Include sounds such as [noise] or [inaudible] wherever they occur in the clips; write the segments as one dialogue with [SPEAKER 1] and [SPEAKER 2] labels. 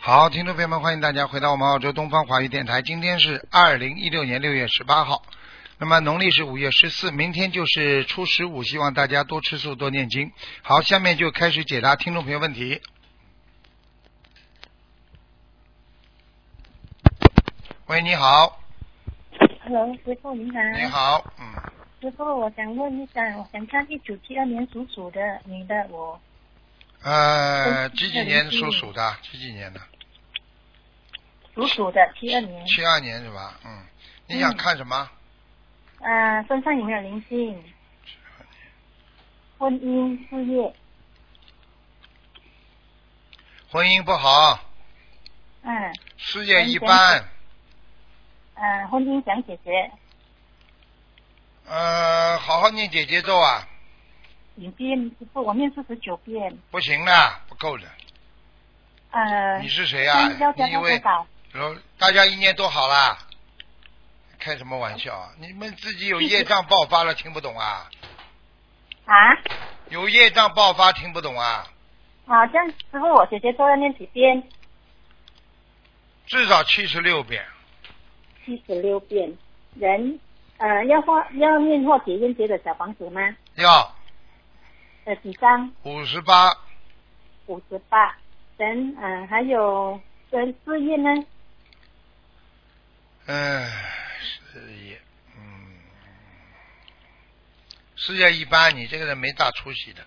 [SPEAKER 1] 好，听众朋友们，欢迎大家回到我们澳洲东方华语电台。今天是二零一六年六月十八号，那么农历是五月十四，明天就是初十五，希望大家多吃素，多念经。好，下面就开始解答听众朋友问题。喂，你好，
[SPEAKER 2] Hello，师傅您好。
[SPEAKER 1] 你。好，嗯，
[SPEAKER 2] 师傅，我想问一下，我想看一九七二年属鼠的女的，我嗯
[SPEAKER 1] 呃，几几年属鼠的？几几年的？
[SPEAKER 2] 属鼠的七二年，
[SPEAKER 1] 七二年是吧？嗯，你想
[SPEAKER 2] 嗯
[SPEAKER 1] 看什么？
[SPEAKER 2] 啊，身上有没有灵性？婚姻、事业，
[SPEAKER 1] 婚姻不好，
[SPEAKER 2] 嗯，
[SPEAKER 1] 事业一
[SPEAKER 2] 婚
[SPEAKER 1] 般，
[SPEAKER 2] 啊，婚姻想解决，
[SPEAKER 1] 呃，好好念姐姐咒啊，
[SPEAKER 2] 你遍师傅，我念四十九遍，
[SPEAKER 1] 不行的，不够的。
[SPEAKER 2] 呃
[SPEAKER 1] 你，是谁呀、
[SPEAKER 2] 三要加
[SPEAKER 1] 你以
[SPEAKER 2] 到多
[SPEAKER 1] 为
[SPEAKER 2] 少？
[SPEAKER 1] 然后大家一年多好啦？开什么玩笑啊！你们自己有业障爆发了，听不懂啊？
[SPEAKER 2] 啊？
[SPEAKER 1] 有业障爆发听不懂啊？
[SPEAKER 2] 好像师傅，我姐姐都要念几遍？
[SPEAKER 1] 至少七十六遍，
[SPEAKER 2] 七十六遍。人，呃，要画要念或解冤结的小房子吗？
[SPEAKER 1] 要
[SPEAKER 2] 呃，几张？
[SPEAKER 1] 五十八
[SPEAKER 2] 五十八，人嗯、呃还有人事业呢，
[SPEAKER 1] 嗯，事业，嗯，事业一般，你这个人没大出息的。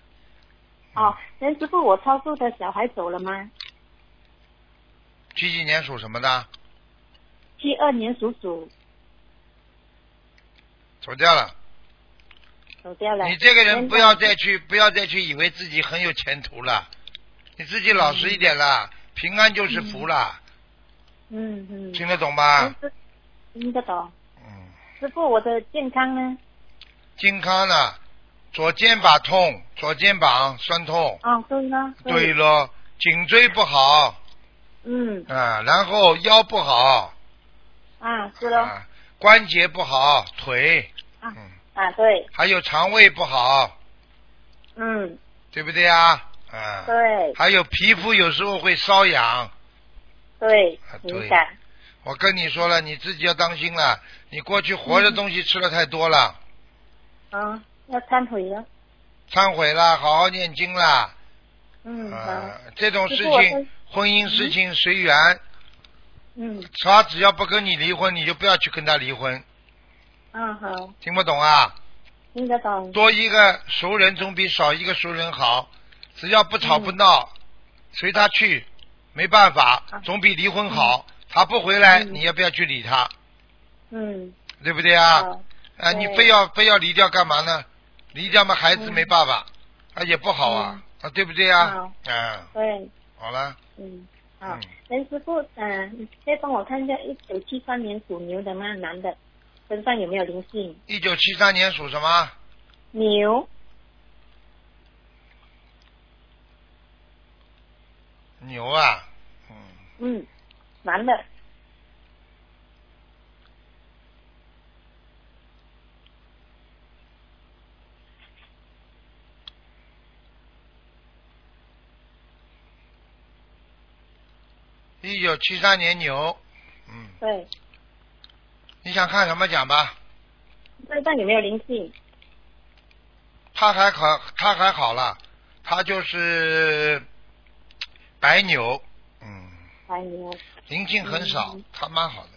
[SPEAKER 1] 嗯
[SPEAKER 2] 哦，人师傅我超度的小孩走了吗？
[SPEAKER 1] 几几年属什么的？
[SPEAKER 2] 七二年属鼠
[SPEAKER 1] 走掉了。
[SPEAKER 2] 走掉了。
[SPEAKER 1] 你这个人不要再去，不要再去以为自己很有前途了，你自己老实一点啦，平安就是福啦，
[SPEAKER 2] 嗯嗯，
[SPEAKER 1] 听得懂吧
[SPEAKER 2] 人？师听得懂。
[SPEAKER 1] 嗯，
[SPEAKER 2] 师傅我的健康呢？
[SPEAKER 1] 健康呢，左肩膀痛，左肩膀酸痛，
[SPEAKER 2] 哦，对了，
[SPEAKER 1] 对咯，颈椎不好
[SPEAKER 2] 嗯
[SPEAKER 1] 啊，然后腰不好
[SPEAKER 2] 啊是咯
[SPEAKER 1] 啊，关节不好，腿，
[SPEAKER 2] 啊
[SPEAKER 1] 嗯，
[SPEAKER 2] 啊对
[SPEAKER 1] 还有肠胃不好，
[SPEAKER 2] 嗯
[SPEAKER 1] 对不对啊？啊，
[SPEAKER 2] 对
[SPEAKER 1] 还有皮肤有时候会瘙痒，
[SPEAKER 2] 对
[SPEAKER 1] 啊对
[SPEAKER 2] 敏感
[SPEAKER 1] 我跟你说了，你自己要当心了。你过去活的东
[SPEAKER 2] 嗯
[SPEAKER 1] 西吃的太多了，
[SPEAKER 2] 啊要忏悔了。
[SPEAKER 1] 忏悔啦，好好念经啦。
[SPEAKER 2] 嗯好
[SPEAKER 1] 啊，这种事
[SPEAKER 2] 师父我
[SPEAKER 1] 情
[SPEAKER 2] 跟，
[SPEAKER 1] 婚姻事情随缘。
[SPEAKER 2] 嗯
[SPEAKER 1] 他只要不跟你离婚，你就不要去跟他离婚，
[SPEAKER 3] 嗯
[SPEAKER 2] 啊好
[SPEAKER 1] 听不懂啊？
[SPEAKER 2] 听得懂
[SPEAKER 1] 多一个熟人总比少一个熟人好。只要不吵不闹，随他去，没办法
[SPEAKER 2] 嗯啊，
[SPEAKER 1] 总比离婚好。他不回来，
[SPEAKER 2] 嗯
[SPEAKER 1] 你也不要去理他，
[SPEAKER 2] 嗯
[SPEAKER 1] 对不对啊？
[SPEAKER 2] 好
[SPEAKER 1] 啊，
[SPEAKER 2] 对
[SPEAKER 1] 你非要非要离掉干嘛呢？离掉嘛，孩子没爸爸，啊也不好啊，啊对不对啊？嗯，
[SPEAKER 2] 对。
[SPEAKER 1] 好了，
[SPEAKER 2] 嗯，好
[SPEAKER 1] 嗯，
[SPEAKER 2] 陈师傅，呃，你再帮我看一下一九七三年属牛的吗？男的，身上有没有灵性？
[SPEAKER 1] 一九七三年属什么？
[SPEAKER 2] 牛，
[SPEAKER 1] 牛啊，嗯，
[SPEAKER 2] 嗯，男的，
[SPEAKER 1] 一九七三年牛，嗯，
[SPEAKER 2] 对，
[SPEAKER 1] 你想看什么讲吧？
[SPEAKER 2] 身上有没有灵性？
[SPEAKER 1] 他还好，他还好了，他就是白牛，嗯，
[SPEAKER 2] 白牛，
[SPEAKER 1] 灵性很少
[SPEAKER 2] 嗯，
[SPEAKER 1] 他蛮好的，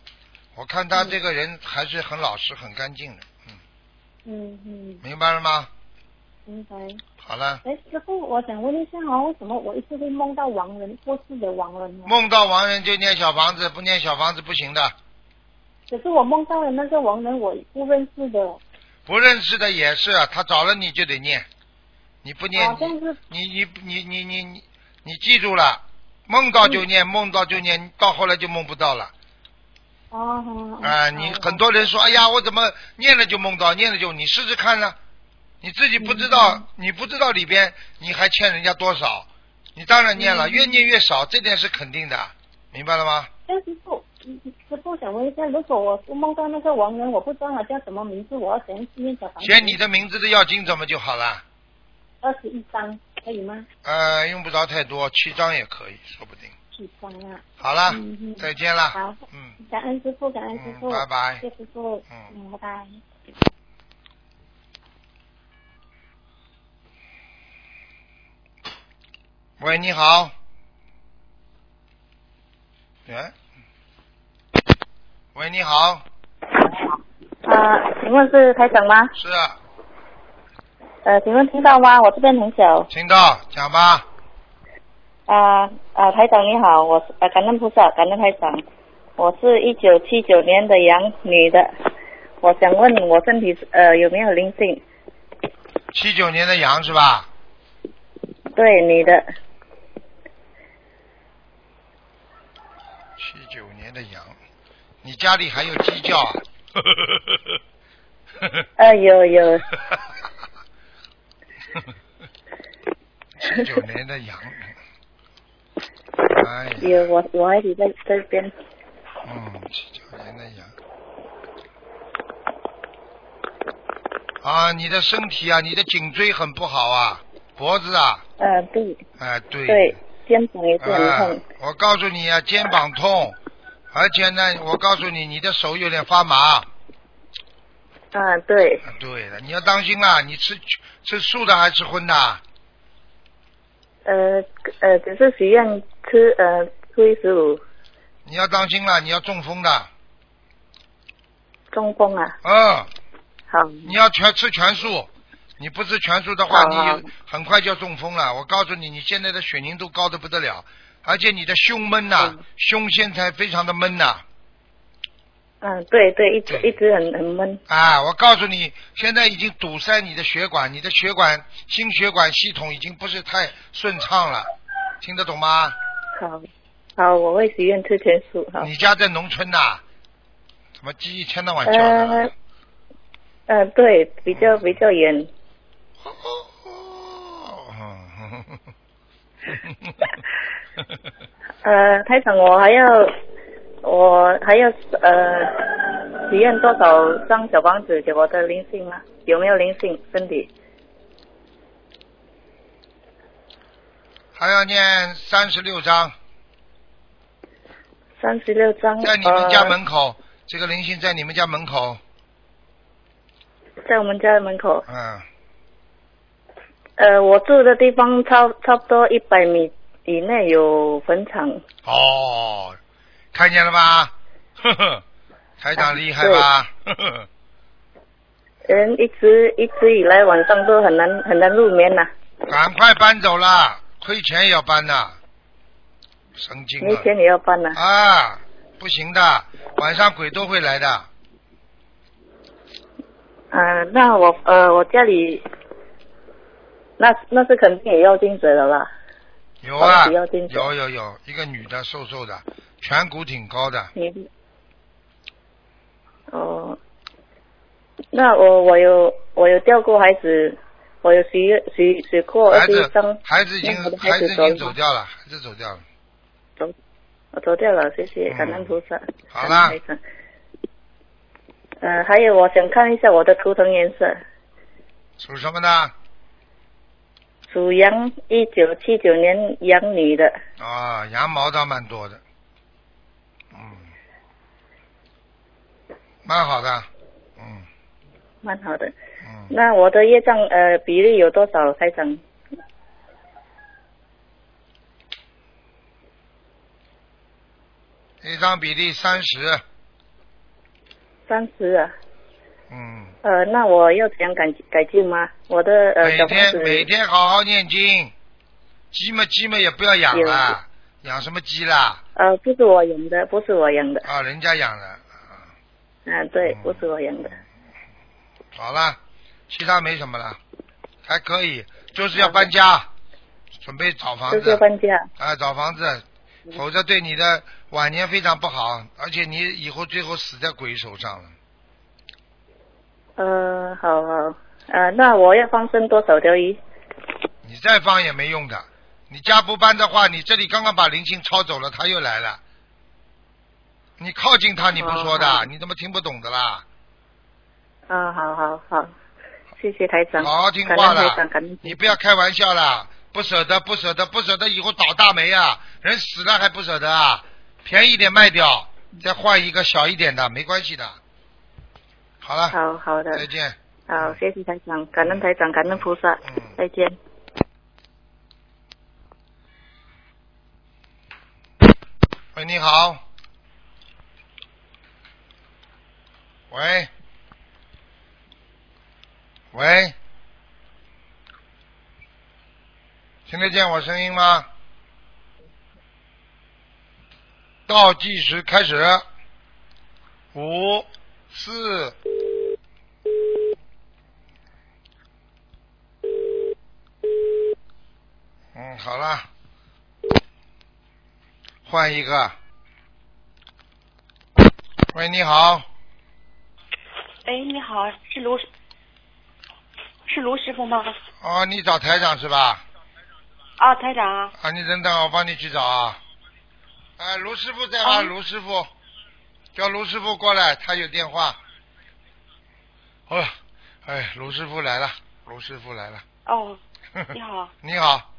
[SPEAKER 1] 我看他这个人还是很老实、很干净的，嗯，
[SPEAKER 2] 嗯嗯，
[SPEAKER 1] 明白了吗？
[SPEAKER 2] 明白。
[SPEAKER 1] 好了。
[SPEAKER 2] 哎，师傅，我想问一下哦，为什么我一直会梦到亡人过世的亡人呢？
[SPEAKER 1] 梦到亡人就念小房子，不念小房子不行的。
[SPEAKER 2] 可是我梦到的那个亡人，我不认识的。
[SPEAKER 1] 不认识的也是，他找了你就得念，你不念，
[SPEAKER 2] 哦，但是
[SPEAKER 1] 你你你你你你你记住了，梦到就
[SPEAKER 2] 嗯
[SPEAKER 1] 念，梦到就念，到后来就梦不到了
[SPEAKER 2] 哦，哦
[SPEAKER 1] 啊、
[SPEAKER 2] 哦
[SPEAKER 1] 你
[SPEAKER 2] 哦
[SPEAKER 1] 很多人说，哎呀，我怎么念了就梦到，念了就你试试看呢、你自己不知道，
[SPEAKER 2] 嗯
[SPEAKER 1] 你不知道里边你还欠人家多少，你当然念了，
[SPEAKER 2] 嗯
[SPEAKER 1] 越念越少，这点是肯定的，明白了吗？
[SPEAKER 2] 但师傅，嗯师傅想问一下，如果我不梦到那个亡人，我不知道他叫什么名字，我要怎样念小房子？
[SPEAKER 1] 写你的名字的要经怎么就好了。
[SPEAKER 2] 二十一张可以吗？
[SPEAKER 1] 呃，用不着太多，七张也可以，说不定。
[SPEAKER 4] 气光啊。
[SPEAKER 1] 好了，
[SPEAKER 4] 嗯哼
[SPEAKER 1] 再见了。
[SPEAKER 4] 好，
[SPEAKER 1] 嗯
[SPEAKER 4] 感恩师傅，感恩师傅，
[SPEAKER 1] 嗯，拜拜。
[SPEAKER 4] 谢谢师傅，
[SPEAKER 1] 嗯
[SPEAKER 4] 嗯，拜拜。
[SPEAKER 1] 喂，你好。喂，哎喂，你好，
[SPEAKER 2] 呃，请问是台长吗？
[SPEAKER 1] 是啊
[SPEAKER 2] 呃，请问听到吗？我这边很小。
[SPEAKER 1] 听到，讲吧。
[SPEAKER 2] 啊、呃、啊、台长你好，我是呃感恩菩萨，感恩台长。我是一九七九年的羊女的，我想问我身体是呃有没有灵性？
[SPEAKER 1] 七九年的羊是吧？
[SPEAKER 2] 对，女的，
[SPEAKER 1] 七九年的羊，你家里还有鸡叫
[SPEAKER 4] [laughs]
[SPEAKER 1] 啊？
[SPEAKER 2] 呃有
[SPEAKER 1] [laughs]
[SPEAKER 2] 有，
[SPEAKER 1] 七九年的羊，哎呀，
[SPEAKER 2] 有我我还在这边。
[SPEAKER 1] 嗯，七九年的羊。啊，你的身体啊，你的颈椎很不好啊，脖子啊，
[SPEAKER 2] 呃对
[SPEAKER 1] 哎，对，
[SPEAKER 2] 对，肩膀也是很
[SPEAKER 1] 啊
[SPEAKER 2] 痛。，
[SPEAKER 1] 我告诉你啊，肩膀痛，而且呢，我告诉你，你的手有点发麻。
[SPEAKER 2] 啊、对，
[SPEAKER 1] 啊对了，你要当心啦，你吃吃素的还是吃荤的？
[SPEAKER 2] 呃呃只是许愿吃呃初一十五
[SPEAKER 1] 你要当心啦，啊你要中风的。
[SPEAKER 2] 中风啊，
[SPEAKER 1] 嗯，
[SPEAKER 2] 好
[SPEAKER 1] 你要全吃全素，你不吃全素的话，
[SPEAKER 2] 好
[SPEAKER 1] 你
[SPEAKER 2] 好
[SPEAKER 1] 有很快就要中风了。我告诉你，你现在的血凝度高的不得了，而且你的胸闷呐、
[SPEAKER 2] 嗯
[SPEAKER 1] 胸现在非常的闷呐、
[SPEAKER 2] 嗯，对对，一直
[SPEAKER 1] 对
[SPEAKER 2] 一直很很闷。
[SPEAKER 1] 啊，我告诉你，现在已经堵塞你的血管，你的血管心血管系统已经不是太顺畅了，听得懂吗？
[SPEAKER 2] 好，好，我会许愿吃全素。好，
[SPEAKER 1] 你家在农村呐、怎么鸡一天到晚啊嗯叫的？
[SPEAKER 2] 呃，呃，对，比较比较远。
[SPEAKER 1] 哦，
[SPEAKER 2] 呃，台长，我还要，我还要呃，许愿多少张小房子给我的灵性吗？有没有灵性？身体？
[SPEAKER 1] [laughs] 还要念三十六章，
[SPEAKER 2] 三十六张。
[SPEAKER 1] 在你们家
[SPEAKER 2] 呃
[SPEAKER 1] 门口，这个灵性在你们家门口，
[SPEAKER 2] 呃在我们家门口。
[SPEAKER 1] 嗯，
[SPEAKER 2] 呃，我住的地方差差不多一百米以内有坟场。
[SPEAKER 1] 哦，看见了吧？ [laughs] 呵呵，台长厉害
[SPEAKER 2] [laughs]
[SPEAKER 1] 吧？呵呵，
[SPEAKER 2] 人一直一直以来晚上都很难很难入眠呐、
[SPEAKER 1] 赶快搬走啦，亏钱也要搬呐，神经
[SPEAKER 2] 没
[SPEAKER 1] 了
[SPEAKER 2] 钱也要搬呐、
[SPEAKER 1] 啊！不行的，晚上鬼都会来的。
[SPEAKER 2] 呃，那我呃，我家里，那那是肯定也要精子了啦。
[SPEAKER 1] 有啊，
[SPEAKER 2] 哦比较精神
[SPEAKER 1] 有有有，一个女的，瘦瘦的，颧骨挺高的，
[SPEAKER 2] 你哦，那我我有我有掉过孩子，我有许许许过二
[SPEAKER 1] 孩
[SPEAKER 2] 十一
[SPEAKER 1] 子
[SPEAKER 2] 张，
[SPEAKER 1] 孩子已
[SPEAKER 2] 那
[SPEAKER 1] 经
[SPEAKER 2] 我的
[SPEAKER 1] 孩
[SPEAKER 2] 孩
[SPEAKER 1] 子
[SPEAKER 2] 子
[SPEAKER 1] 已
[SPEAKER 2] 走了
[SPEAKER 1] 经走掉了，孩子走掉了。
[SPEAKER 2] 我走掉了，谢谢，
[SPEAKER 1] 嗯
[SPEAKER 2] 感恩菩萨。
[SPEAKER 1] 好
[SPEAKER 2] 感
[SPEAKER 1] 啦
[SPEAKER 2] 恩，菩萨呃，还有我想看一下我的图腾颜色，
[SPEAKER 1] 属什么呢？
[SPEAKER 2] 属羊，一九七九年羊女的，
[SPEAKER 1] 啊、羊毛倒蛮多的，嗯，蛮好的，嗯
[SPEAKER 2] 蛮好的。
[SPEAKER 1] 嗯，
[SPEAKER 2] 那我的业障呃比例有多少？台长？
[SPEAKER 1] 一张比例三十，
[SPEAKER 2] 三十啊。
[SPEAKER 1] 嗯，
[SPEAKER 2] 呃，那我要怎样改改进吗？我的呃
[SPEAKER 1] 每
[SPEAKER 2] 小房
[SPEAKER 1] 天
[SPEAKER 2] 子
[SPEAKER 1] 每天好好念经，鸡嘛鸡嘛也不要养
[SPEAKER 2] 有
[SPEAKER 1] 了，养什么鸡啦？
[SPEAKER 2] 呃不是我养的，不是我养的，
[SPEAKER 1] 啊，人家养的，
[SPEAKER 2] 嗯、对
[SPEAKER 1] 嗯，
[SPEAKER 2] 不是我养的，
[SPEAKER 1] 好了，其他没什么了，还可以，就是要搬家，准备找房
[SPEAKER 2] 就是
[SPEAKER 1] 子，
[SPEAKER 2] 搬家。
[SPEAKER 1] 啊，找房子，
[SPEAKER 2] 嗯
[SPEAKER 1] 否则对你的晚年非常不好，而且你以后最后死在鬼手上了。
[SPEAKER 2] 呃，好好，呃，那我要放生多少条鱼？
[SPEAKER 1] 你再放也没用的，你家不搬的话，你这里刚刚把灵性抄走了，他又来了。你靠近他，你不说的，
[SPEAKER 2] 哦
[SPEAKER 1] 你怎么听不懂的啦？
[SPEAKER 2] 啊、好好好，谢谢台长，
[SPEAKER 1] 好好听
[SPEAKER 2] 感
[SPEAKER 1] 话
[SPEAKER 2] 恩
[SPEAKER 1] 啦
[SPEAKER 2] 台长，感恩
[SPEAKER 1] 你不要开玩笑啦，不舍得，不舍得，不舍得，以后倒大霉啊！人死了还不舍得啊？便宜点卖掉，再换一个小一点的，没关系的。好了，
[SPEAKER 2] 好好的，
[SPEAKER 1] 再见。
[SPEAKER 2] 好，谢谢台长，感恩台长，感恩菩萨，
[SPEAKER 1] 嗯
[SPEAKER 2] 再见。
[SPEAKER 1] 喂，你好。喂，喂，听得见我声音吗？倒计时开始，五、四。嗯，好了，换一个。喂，你好，
[SPEAKER 3] 哎，你好，是
[SPEAKER 1] [laughs]
[SPEAKER 3] 卢师是卢师傅吗？
[SPEAKER 1] 哦，你找台长是吧？
[SPEAKER 3] 啊，台长啊，
[SPEAKER 1] 啊，你等等，我帮你去找啊。哎，卢师傅在吗？
[SPEAKER 3] 啊
[SPEAKER 1] 卢师傅，叫卢师傅过来，他有电话。哦，哎，卢师傅来了，卢师傅来了。
[SPEAKER 3] 哦，
[SPEAKER 5] [laughs]
[SPEAKER 3] 你好，
[SPEAKER 1] [laughs] 你好。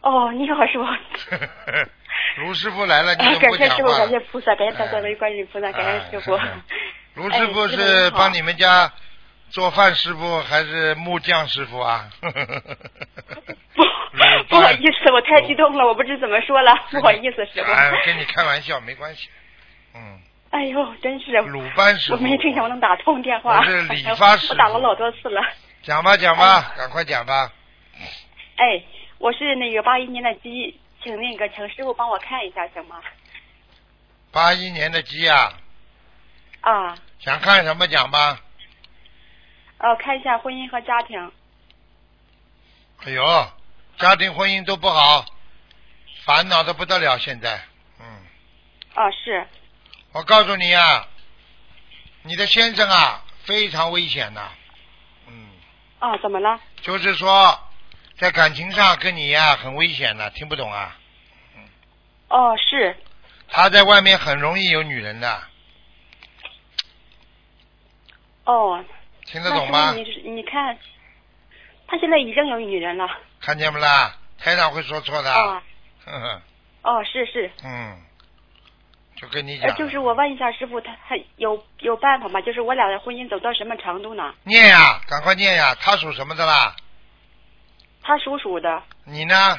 [SPEAKER 3] 哦，你好，师傅，
[SPEAKER 1] 卢师傅来了，哎你
[SPEAKER 3] 啊
[SPEAKER 1] 怎么
[SPEAKER 3] 感
[SPEAKER 1] 不
[SPEAKER 3] 谢
[SPEAKER 1] 讲
[SPEAKER 3] 师傅，
[SPEAKER 1] 话
[SPEAKER 3] 感谢
[SPEAKER 1] 了？
[SPEAKER 3] 菩萨，感谢大家为观世音菩萨，感
[SPEAKER 1] [laughs]
[SPEAKER 3] 谢师傅。
[SPEAKER 1] 哎卢师傅是帮你们家做饭师傅还是木匠师傅
[SPEAKER 3] [laughs]
[SPEAKER 1] 啊？ [laughs]
[SPEAKER 3] 不
[SPEAKER 1] 嗯，
[SPEAKER 3] 不好意思，我太激动了，我不知怎么说了，不好意思，师傅。
[SPEAKER 1] 哎，跟你开玩笑没关系。嗯，
[SPEAKER 3] [laughs] 哎呦，真是，
[SPEAKER 1] 鲁班师
[SPEAKER 3] 我
[SPEAKER 1] 傅，
[SPEAKER 3] 没成想我能打通电话。哎
[SPEAKER 1] 我是理发师傅
[SPEAKER 3] 我打了老多次了。
[SPEAKER 1] 讲吧讲吧，赶快讲吧。
[SPEAKER 3] 哎，我是那个八一年的鸡，请那个请师傅帮我看一下行吗？
[SPEAKER 1] 八一年的鸡啊，
[SPEAKER 3] 啊，
[SPEAKER 1] 想看什么讲吧。
[SPEAKER 3] 呃，看一下婚姻和家庭。
[SPEAKER 1] 哎呦，家庭婚姻都不好，烦恼的不得了。现在，嗯，
[SPEAKER 3] 啊，是，
[SPEAKER 1] 我告诉你啊，你的先生啊非常危险呐、嗯，
[SPEAKER 3] 啊，怎么了？
[SPEAKER 1] 就是说在感情上跟你呀、很危险呐、听不懂啊？
[SPEAKER 3] 哦，是，
[SPEAKER 1] 他在外面很容易有女人的，
[SPEAKER 3] 哦，
[SPEAKER 1] 听得
[SPEAKER 3] 那
[SPEAKER 1] 懂吗
[SPEAKER 3] 是？不是你你看，他现在已经有女人了。
[SPEAKER 1] 看见不啦？台长会说错的。
[SPEAKER 3] 啊，
[SPEAKER 1] 呵呵
[SPEAKER 3] 哦，是是，
[SPEAKER 1] [laughs] 嗯，就跟你
[SPEAKER 3] 呃
[SPEAKER 1] 讲，，
[SPEAKER 3] 就是我问一下师傅，他他有有办法吗？就是我俩的婚姻走到什么程度呢？
[SPEAKER 1] 念呀，赶快念呀，他属什么的啦？
[SPEAKER 3] 他属鼠的，
[SPEAKER 1] 你呢？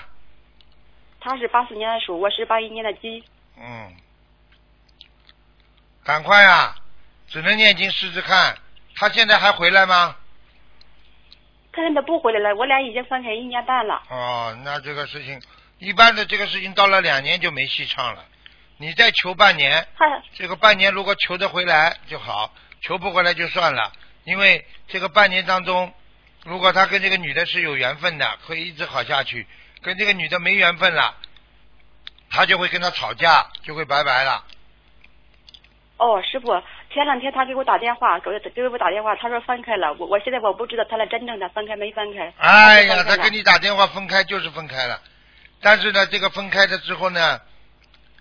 [SPEAKER 3] 他是八四年的鼠，我是八一年的鸡。
[SPEAKER 1] 嗯，赶快啊，只能念经试试看。他现在还回来吗？
[SPEAKER 3] 他现在不回来了，我俩已经分开一年半了。
[SPEAKER 1] 哦，那这个事情，一般的这个事情到了两年就没戏唱了。你再求半年，
[SPEAKER 3] 他
[SPEAKER 1] 这个半年如果求得回来就好，求不回来就算了，因为这个半年当中，如果他跟这个女的是有缘分的，可以一直好下去；跟这个女的没缘分了，他就会跟她吵架，就会拜拜了。
[SPEAKER 3] 哦，师傅，前两天他给我打电话，给我给我打电话，他说分开了。我我现在我不知道他俩真正的分开没分开。
[SPEAKER 1] 哎呀，他
[SPEAKER 3] 他说分开了
[SPEAKER 1] 跟你打电话分开就是分开了，但是呢，这个分开了之后呢，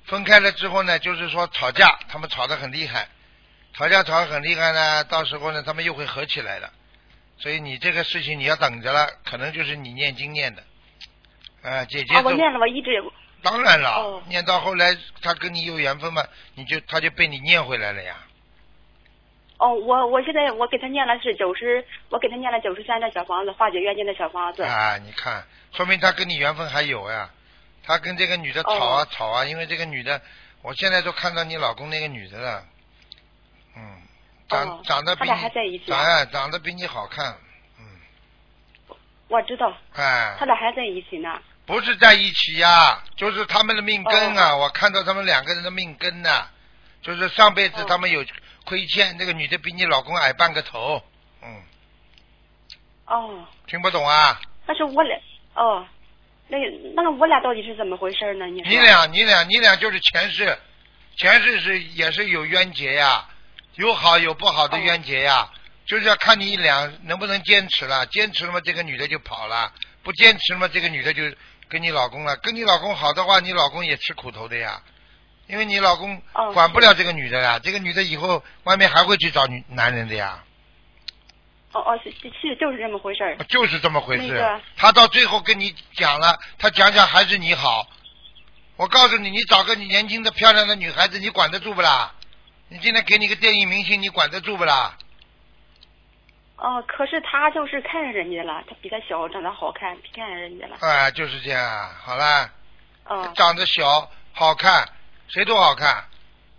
[SPEAKER 1] 分开了之后呢，就是说吵架，他们吵得很厉害，吵架吵得很厉害呢，到时候呢，他们又会合起来的，所以你这个事情你要等着了，可能就是你念经念的，啊，姐姐
[SPEAKER 3] 啊，
[SPEAKER 1] 都、
[SPEAKER 3] 我念了，我一直
[SPEAKER 1] 当然了，
[SPEAKER 3] 哦
[SPEAKER 1] 念到后来他跟你有缘分嘛，你就他就被你念回来了呀，
[SPEAKER 3] 哦，我我现在我给他念了是九十，我给他念了九十三张小房子，化解冤结的小房子。
[SPEAKER 1] 啊，你看，说明他跟你缘分还有呀、他跟这个女的吵啊
[SPEAKER 3] 哦
[SPEAKER 1] 吵啊，因为这个女的，我现在都看到你老公那个女的了，嗯，长、
[SPEAKER 3] 哦
[SPEAKER 1] 长得比
[SPEAKER 3] 他俩还在一
[SPEAKER 1] 你
[SPEAKER 3] 起啊
[SPEAKER 1] 长哎长得比你好看，嗯，
[SPEAKER 3] 我知道，
[SPEAKER 1] 哎
[SPEAKER 3] 他，俩还在一起呢。
[SPEAKER 1] 不是在一起呀、就是他们的命根
[SPEAKER 3] 哦
[SPEAKER 1] 啊，我看到他们两个人的命根呐、就是上辈子
[SPEAKER 3] 哦
[SPEAKER 1] 他们有亏欠，那个女的比你老公矮半个头，嗯，
[SPEAKER 3] 哦，
[SPEAKER 1] 听不懂啊？
[SPEAKER 3] 但是我俩哦，那那我俩到底是怎么回事呢？你说
[SPEAKER 1] 你俩，你俩，你俩就是前世，前世是也是有冤结呀，有好有不好
[SPEAKER 3] 哦
[SPEAKER 1] 的冤结呀，就是要看你俩能不能坚持了。坚持了嘛，这个女的就跑了；不坚持了嘛，这个女的就跟你老公了。跟你老公好的话，你老公也吃苦头的呀，因为你老公
[SPEAKER 3] 哦
[SPEAKER 1] 管不了这个女的啦。这个女的以后外面还会去找女男人的呀。
[SPEAKER 3] 哦哦，是是是，就是这么回事儿。
[SPEAKER 1] 就是这么回事。
[SPEAKER 3] 那个
[SPEAKER 1] 他到最后跟你讲了，他讲讲还是你好。我告诉你，你找个你年轻的漂亮的女孩子，你管得住不啦？你今天给你个电影明星，你管得住不啦？
[SPEAKER 3] 哦，可是他就是看上人家了，他比他小，长得好看，看上人家了。
[SPEAKER 1] 啊，就是这样啊，好啦，
[SPEAKER 3] 哦
[SPEAKER 1] 长得小好看，谁都好看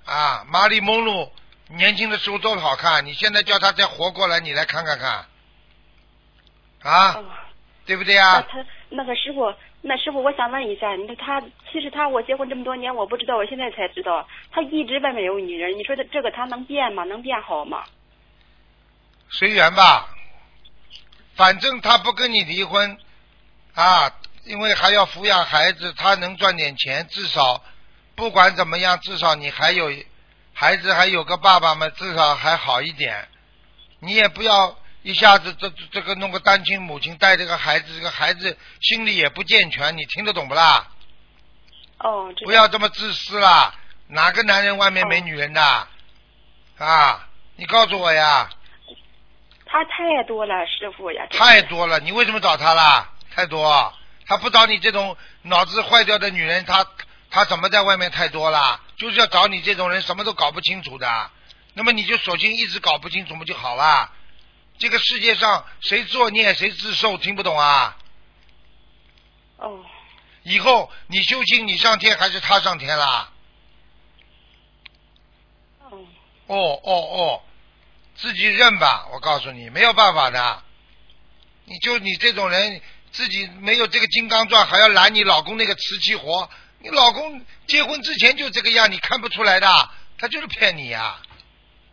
[SPEAKER 1] 啊。马里蒙路年轻的时候都好看，你现在叫他再活过来，你来看看看啊，
[SPEAKER 3] 哦。
[SPEAKER 1] 对不对
[SPEAKER 3] 那
[SPEAKER 1] 啊？
[SPEAKER 3] 他那个师傅，那师傅，我想问一下，你看他其实他我结婚这么多年，我不知道，我现在才知道，他一直外面有女人。你说的这个他能变吗？能变好吗？
[SPEAKER 1] 随缘吧，反正他不跟你离婚啊，因为还要抚养孩子，他能赚点钱，至少不管怎么样，至少你还有孩子，还有个爸爸嘛，至少还好一点。你也不要一下子这这这个弄个单亲母亲带这个孩子，这个孩子心理也不健全，你听得懂不啦？
[SPEAKER 3] 哦，这
[SPEAKER 1] 不要这么自私啦！哪个男人外面没女人的？啊，你告诉我呀。
[SPEAKER 3] 他太多了，师傅呀，真是
[SPEAKER 1] 太多了，你为什么找他啦？太多，他不找你这种脑子坏掉的女人，他他怎么在外面太多啦？就是要找你这种人，什么都搞不清楚的。那么你就索性一直搞不清楚不就好啦？这个世界上谁作孽谁自受，听不懂啊？
[SPEAKER 3] 哦
[SPEAKER 1] 以后你修行，你上天还是他上天啦？
[SPEAKER 3] 哦
[SPEAKER 1] 哦哦哦，自己认吧，我告诉你，没有办法的。你就你这种人，自己没有这个金刚钻，还要揽你老公那个瓷器活，你老公结婚之前就这个样，你看不出来的，他就是骗你呀、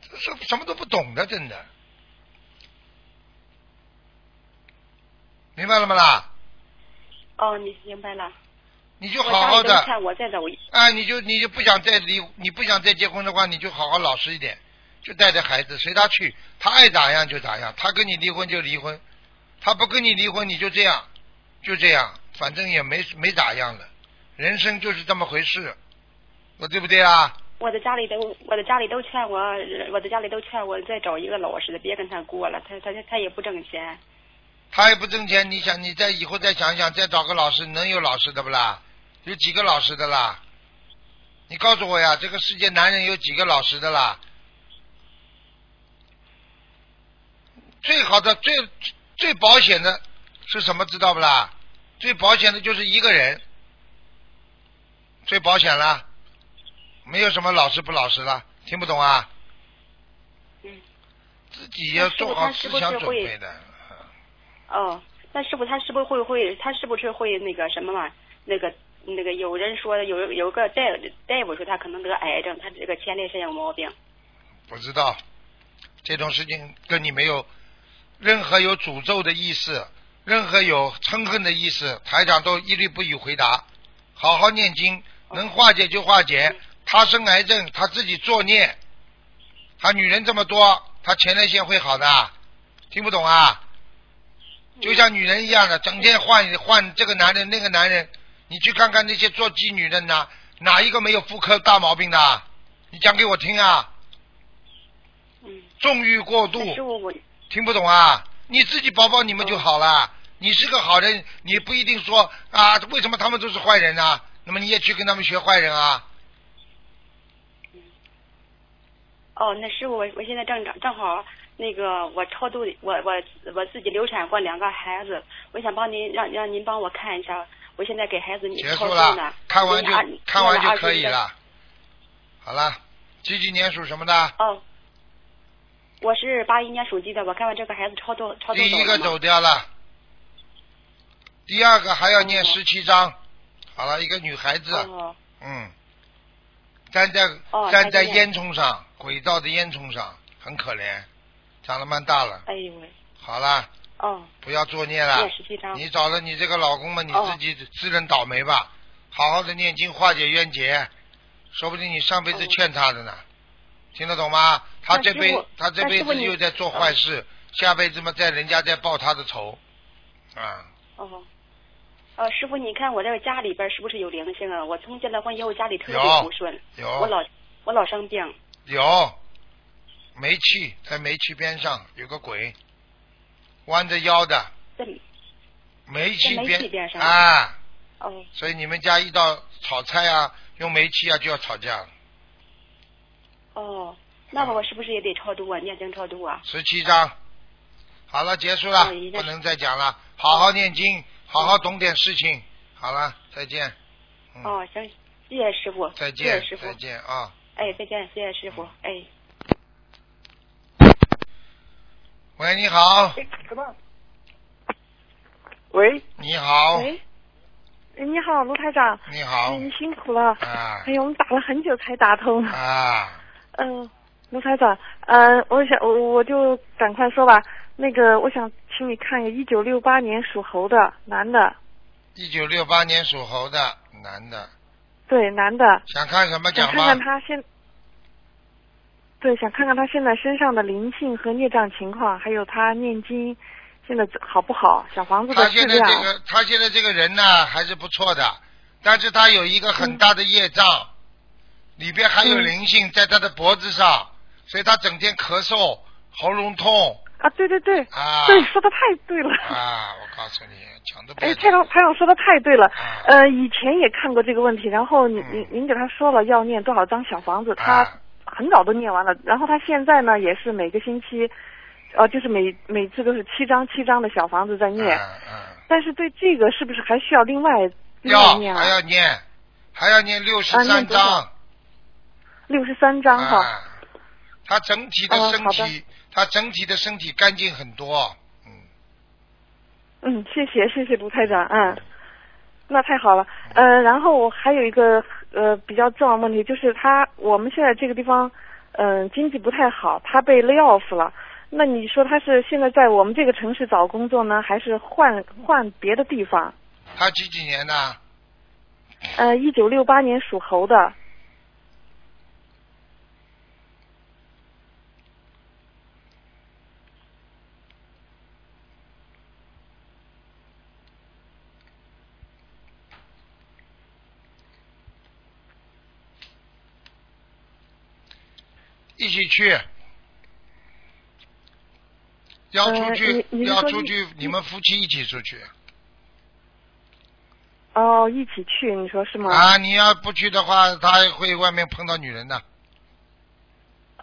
[SPEAKER 1] 这是什么都不懂的，真的。明白了吗啦？
[SPEAKER 3] 哦，你明白了。
[SPEAKER 1] 你就
[SPEAKER 3] 我
[SPEAKER 1] 好
[SPEAKER 3] 家
[SPEAKER 1] 好
[SPEAKER 3] 里
[SPEAKER 1] 的
[SPEAKER 3] 都，看我再走一，
[SPEAKER 1] 啊，你就你就不想再离，你不想再结婚的话，你就好好老实一点，就带着孩子，随他去，他爱咋样就咋样，他跟你离婚就离婚，他不跟你离婚你就这样，就这样，反正也没没咋样了，人生就是这么回事，我对不对啊？
[SPEAKER 3] 我的家里都我的家里都劝我，我的家里都劝我再找一个老实的，别跟他过了，他他他也不挣钱。
[SPEAKER 1] 他也不挣钱，你想你再以后再想想，再找个老师，能有老师的不啦？有几个老师的啦？你告诉我呀，这个世界男人有几个老实的啦？最好的、最最保险的是什么？知道不啦？最保险的就是一个人，最保险啦，没有什么老实不老实啦，听不懂啊？
[SPEAKER 3] 嗯，
[SPEAKER 1] 自己要做好
[SPEAKER 3] 那是
[SPEAKER 1] 思
[SPEAKER 3] 不是他
[SPEAKER 1] 想
[SPEAKER 3] 是
[SPEAKER 1] 准
[SPEAKER 3] 不是会
[SPEAKER 1] 备的。
[SPEAKER 3] 哦，那师傅他是不是会会他是不是会那个什么嘛？那个那个有人说有有个大大夫说他可能得癌症，他这个前列腺有毛病。
[SPEAKER 1] 不知道这种事情跟你没有任何有诅咒的意思，任何有嗔恨的意思，台长都一律不予回答。好好念经，能化解就化解。他生癌症，他自己作孽，他女人这么多，他前列腺会好的，听不懂啊？就像女人一样的，整天换换这个男人那个男人，你去看看那些做妓女的哪哪一个没有妇科大毛病的？你讲给我听啊！
[SPEAKER 3] 嗯，
[SPEAKER 1] 纵欲过
[SPEAKER 3] 那师
[SPEAKER 1] 度，
[SPEAKER 3] 傅我
[SPEAKER 1] 听不懂啊？你自己保保你们就好了。你是个好人，你不一定说啊，为什么他们都是坏人呢、啊那么你也去跟他们学坏人啊？
[SPEAKER 3] 哦，那师傅我我现在正正好那个我超度我我我自己流产过两个孩子，我想帮您让让您帮我看一下，我现在给孩子你
[SPEAKER 1] 结
[SPEAKER 3] 超
[SPEAKER 1] 束
[SPEAKER 3] 度
[SPEAKER 1] 了
[SPEAKER 3] 呢，，
[SPEAKER 1] 看完就
[SPEAKER 3] 念了二
[SPEAKER 1] 看完
[SPEAKER 3] 念
[SPEAKER 1] 就可以
[SPEAKER 3] 21个
[SPEAKER 1] 了。好了，几几年属什么的？
[SPEAKER 3] 哦，我是八一年属鸡的，我看完这个孩子超度超度
[SPEAKER 1] 第一
[SPEAKER 3] 了
[SPEAKER 1] 个
[SPEAKER 3] 吗
[SPEAKER 1] 走掉了，第二个还要念
[SPEAKER 3] 哦
[SPEAKER 1] 十七章。好了，一个女孩子，
[SPEAKER 3] 哦
[SPEAKER 1] 嗯，站在、
[SPEAKER 3] 哦
[SPEAKER 1] 站在
[SPEAKER 3] 再见
[SPEAKER 1] 烟囱上，轨道的烟囱上，很可怜，长得蛮大了。
[SPEAKER 3] 哎呦喂，
[SPEAKER 1] 好啦，
[SPEAKER 3] 哦，
[SPEAKER 1] 不要作孽了
[SPEAKER 3] 念。十七章。
[SPEAKER 1] 你找了你这个老公嘛，你
[SPEAKER 3] 哦
[SPEAKER 1] 自己自认倒霉吧。好好的念经化解冤结，说不定你上辈子
[SPEAKER 3] 哦
[SPEAKER 1] 欠他的呢。听得懂吗？他
[SPEAKER 3] 那
[SPEAKER 1] 这
[SPEAKER 3] 师
[SPEAKER 1] 辈
[SPEAKER 3] 傅
[SPEAKER 1] 他这
[SPEAKER 3] 那
[SPEAKER 1] 辈
[SPEAKER 3] 师傅
[SPEAKER 1] 子
[SPEAKER 3] 你哦
[SPEAKER 1] 又在做坏事，下辈子嘛在人家在报他的仇。啊，
[SPEAKER 3] 哦，呃，师傅，你看我这个家里边是不是有灵性啊？我从结了婚以后家里特
[SPEAKER 1] 有
[SPEAKER 3] 别不顺，我
[SPEAKER 1] 有
[SPEAKER 3] 老我老生病。
[SPEAKER 1] 有，煤气在煤气边上有个鬼，弯着腰的，
[SPEAKER 3] 在
[SPEAKER 1] 煤气
[SPEAKER 3] 在煤
[SPEAKER 1] 边
[SPEAKER 3] 气边上
[SPEAKER 1] 啊，
[SPEAKER 3] 哦
[SPEAKER 1] 所以你们家一到炒菜啊，用煤气啊就要吵架了。
[SPEAKER 3] 哦，那么我是不是也得超度啊？念经超度啊？
[SPEAKER 1] 十七章，好了，结束了
[SPEAKER 3] 哦一，个哦
[SPEAKER 1] 不能再讲了，好好念经，好好懂点事情。好了，再见。嗯，
[SPEAKER 3] 哦，行，谢谢师傅，
[SPEAKER 1] 再
[SPEAKER 3] 谢
[SPEAKER 1] 见
[SPEAKER 3] 谢师，傅
[SPEAKER 1] 再，见啊！
[SPEAKER 3] 哎，再见，谢谢师傅，哎。
[SPEAKER 1] 喂，你好，
[SPEAKER 6] 喂，
[SPEAKER 1] 你好，
[SPEAKER 6] 喂，哎你好，卢台长，
[SPEAKER 1] 你
[SPEAKER 6] 哎
[SPEAKER 1] 好，
[SPEAKER 6] 您辛苦了。
[SPEAKER 1] 啊
[SPEAKER 6] 哎呦，我们打了很久才打通。
[SPEAKER 1] 啊，
[SPEAKER 6] 嗯、卢台长，嗯、我想我我就赶快说吧。那个，我想请你看一个一九六八年属猴的男的，
[SPEAKER 1] 一九六八年属猴的男的，
[SPEAKER 6] 对，男的，
[SPEAKER 1] 想看什么讲
[SPEAKER 6] 想看
[SPEAKER 1] 吧
[SPEAKER 6] 看。他现，对，想看看他现在身上的灵性和孽障情况，还有他念经现在好不好，小房子的
[SPEAKER 1] 他
[SPEAKER 6] 质
[SPEAKER 1] 现在
[SPEAKER 6] 量。
[SPEAKER 1] 这个，他现在这个人呢还是不错的，但是他有一个很大的业障，里边还有
[SPEAKER 6] 嗯
[SPEAKER 1] 灵性在他的脖子上，所以他整天咳嗽、喉咙痛
[SPEAKER 6] 啊，对对对，
[SPEAKER 1] 啊
[SPEAKER 6] 对，说的太对
[SPEAKER 1] [laughs]
[SPEAKER 6] 了。
[SPEAKER 1] 啊！我告诉你，讲都不
[SPEAKER 6] 哎，
[SPEAKER 1] 要
[SPEAKER 6] 蔡
[SPEAKER 1] 讲
[SPEAKER 6] 长台长说的太对了，
[SPEAKER 1] 啊
[SPEAKER 6] 呃，以前也看过这个问题，然后您
[SPEAKER 1] 嗯
[SPEAKER 6] 您您给他说了要念多少张小房子，他
[SPEAKER 1] 啊
[SPEAKER 6] 很早都念完了，然后他现在呢也是每个星期，呃，就是每每次都是七张七张的小房子在
[SPEAKER 1] 嗯
[SPEAKER 6] 念，
[SPEAKER 1] 嗯，
[SPEAKER 6] 但是对这个是不是还需要另外另外
[SPEAKER 1] 要哎
[SPEAKER 6] 念
[SPEAKER 1] 还
[SPEAKER 6] 啊？
[SPEAKER 1] 要念，还要念六十
[SPEAKER 6] 啊
[SPEAKER 1] 三
[SPEAKER 6] 念多少
[SPEAKER 1] 章
[SPEAKER 6] 六十三张哈，
[SPEAKER 1] 啊。他整体的
[SPEAKER 6] 嗯
[SPEAKER 1] 身
[SPEAKER 6] 好的
[SPEAKER 1] 体，他整体的身体干净很多，嗯。
[SPEAKER 6] 嗯，谢谢谢谢卢台长，嗯。那太好了，呃，然后我还有一个呃比较重要的问题，就是他我们现在这个地方，嗯、经济不太好，他被 lay off 了。那你说他是现在在我们这个城市找工作呢，还是换换别的地方？
[SPEAKER 1] 他几几年的？
[SPEAKER 6] 呃，一九六八年属猴的，
[SPEAKER 1] 一起
[SPEAKER 6] 呃
[SPEAKER 1] 去，要出去，
[SPEAKER 6] 你你是
[SPEAKER 1] 要
[SPEAKER 6] 说
[SPEAKER 1] 出
[SPEAKER 6] 一
[SPEAKER 1] 去，你们夫妻一起出去
[SPEAKER 6] 哦，一起去，你说是吗？
[SPEAKER 1] 啊！你要不去的话，他会外面碰到女人的。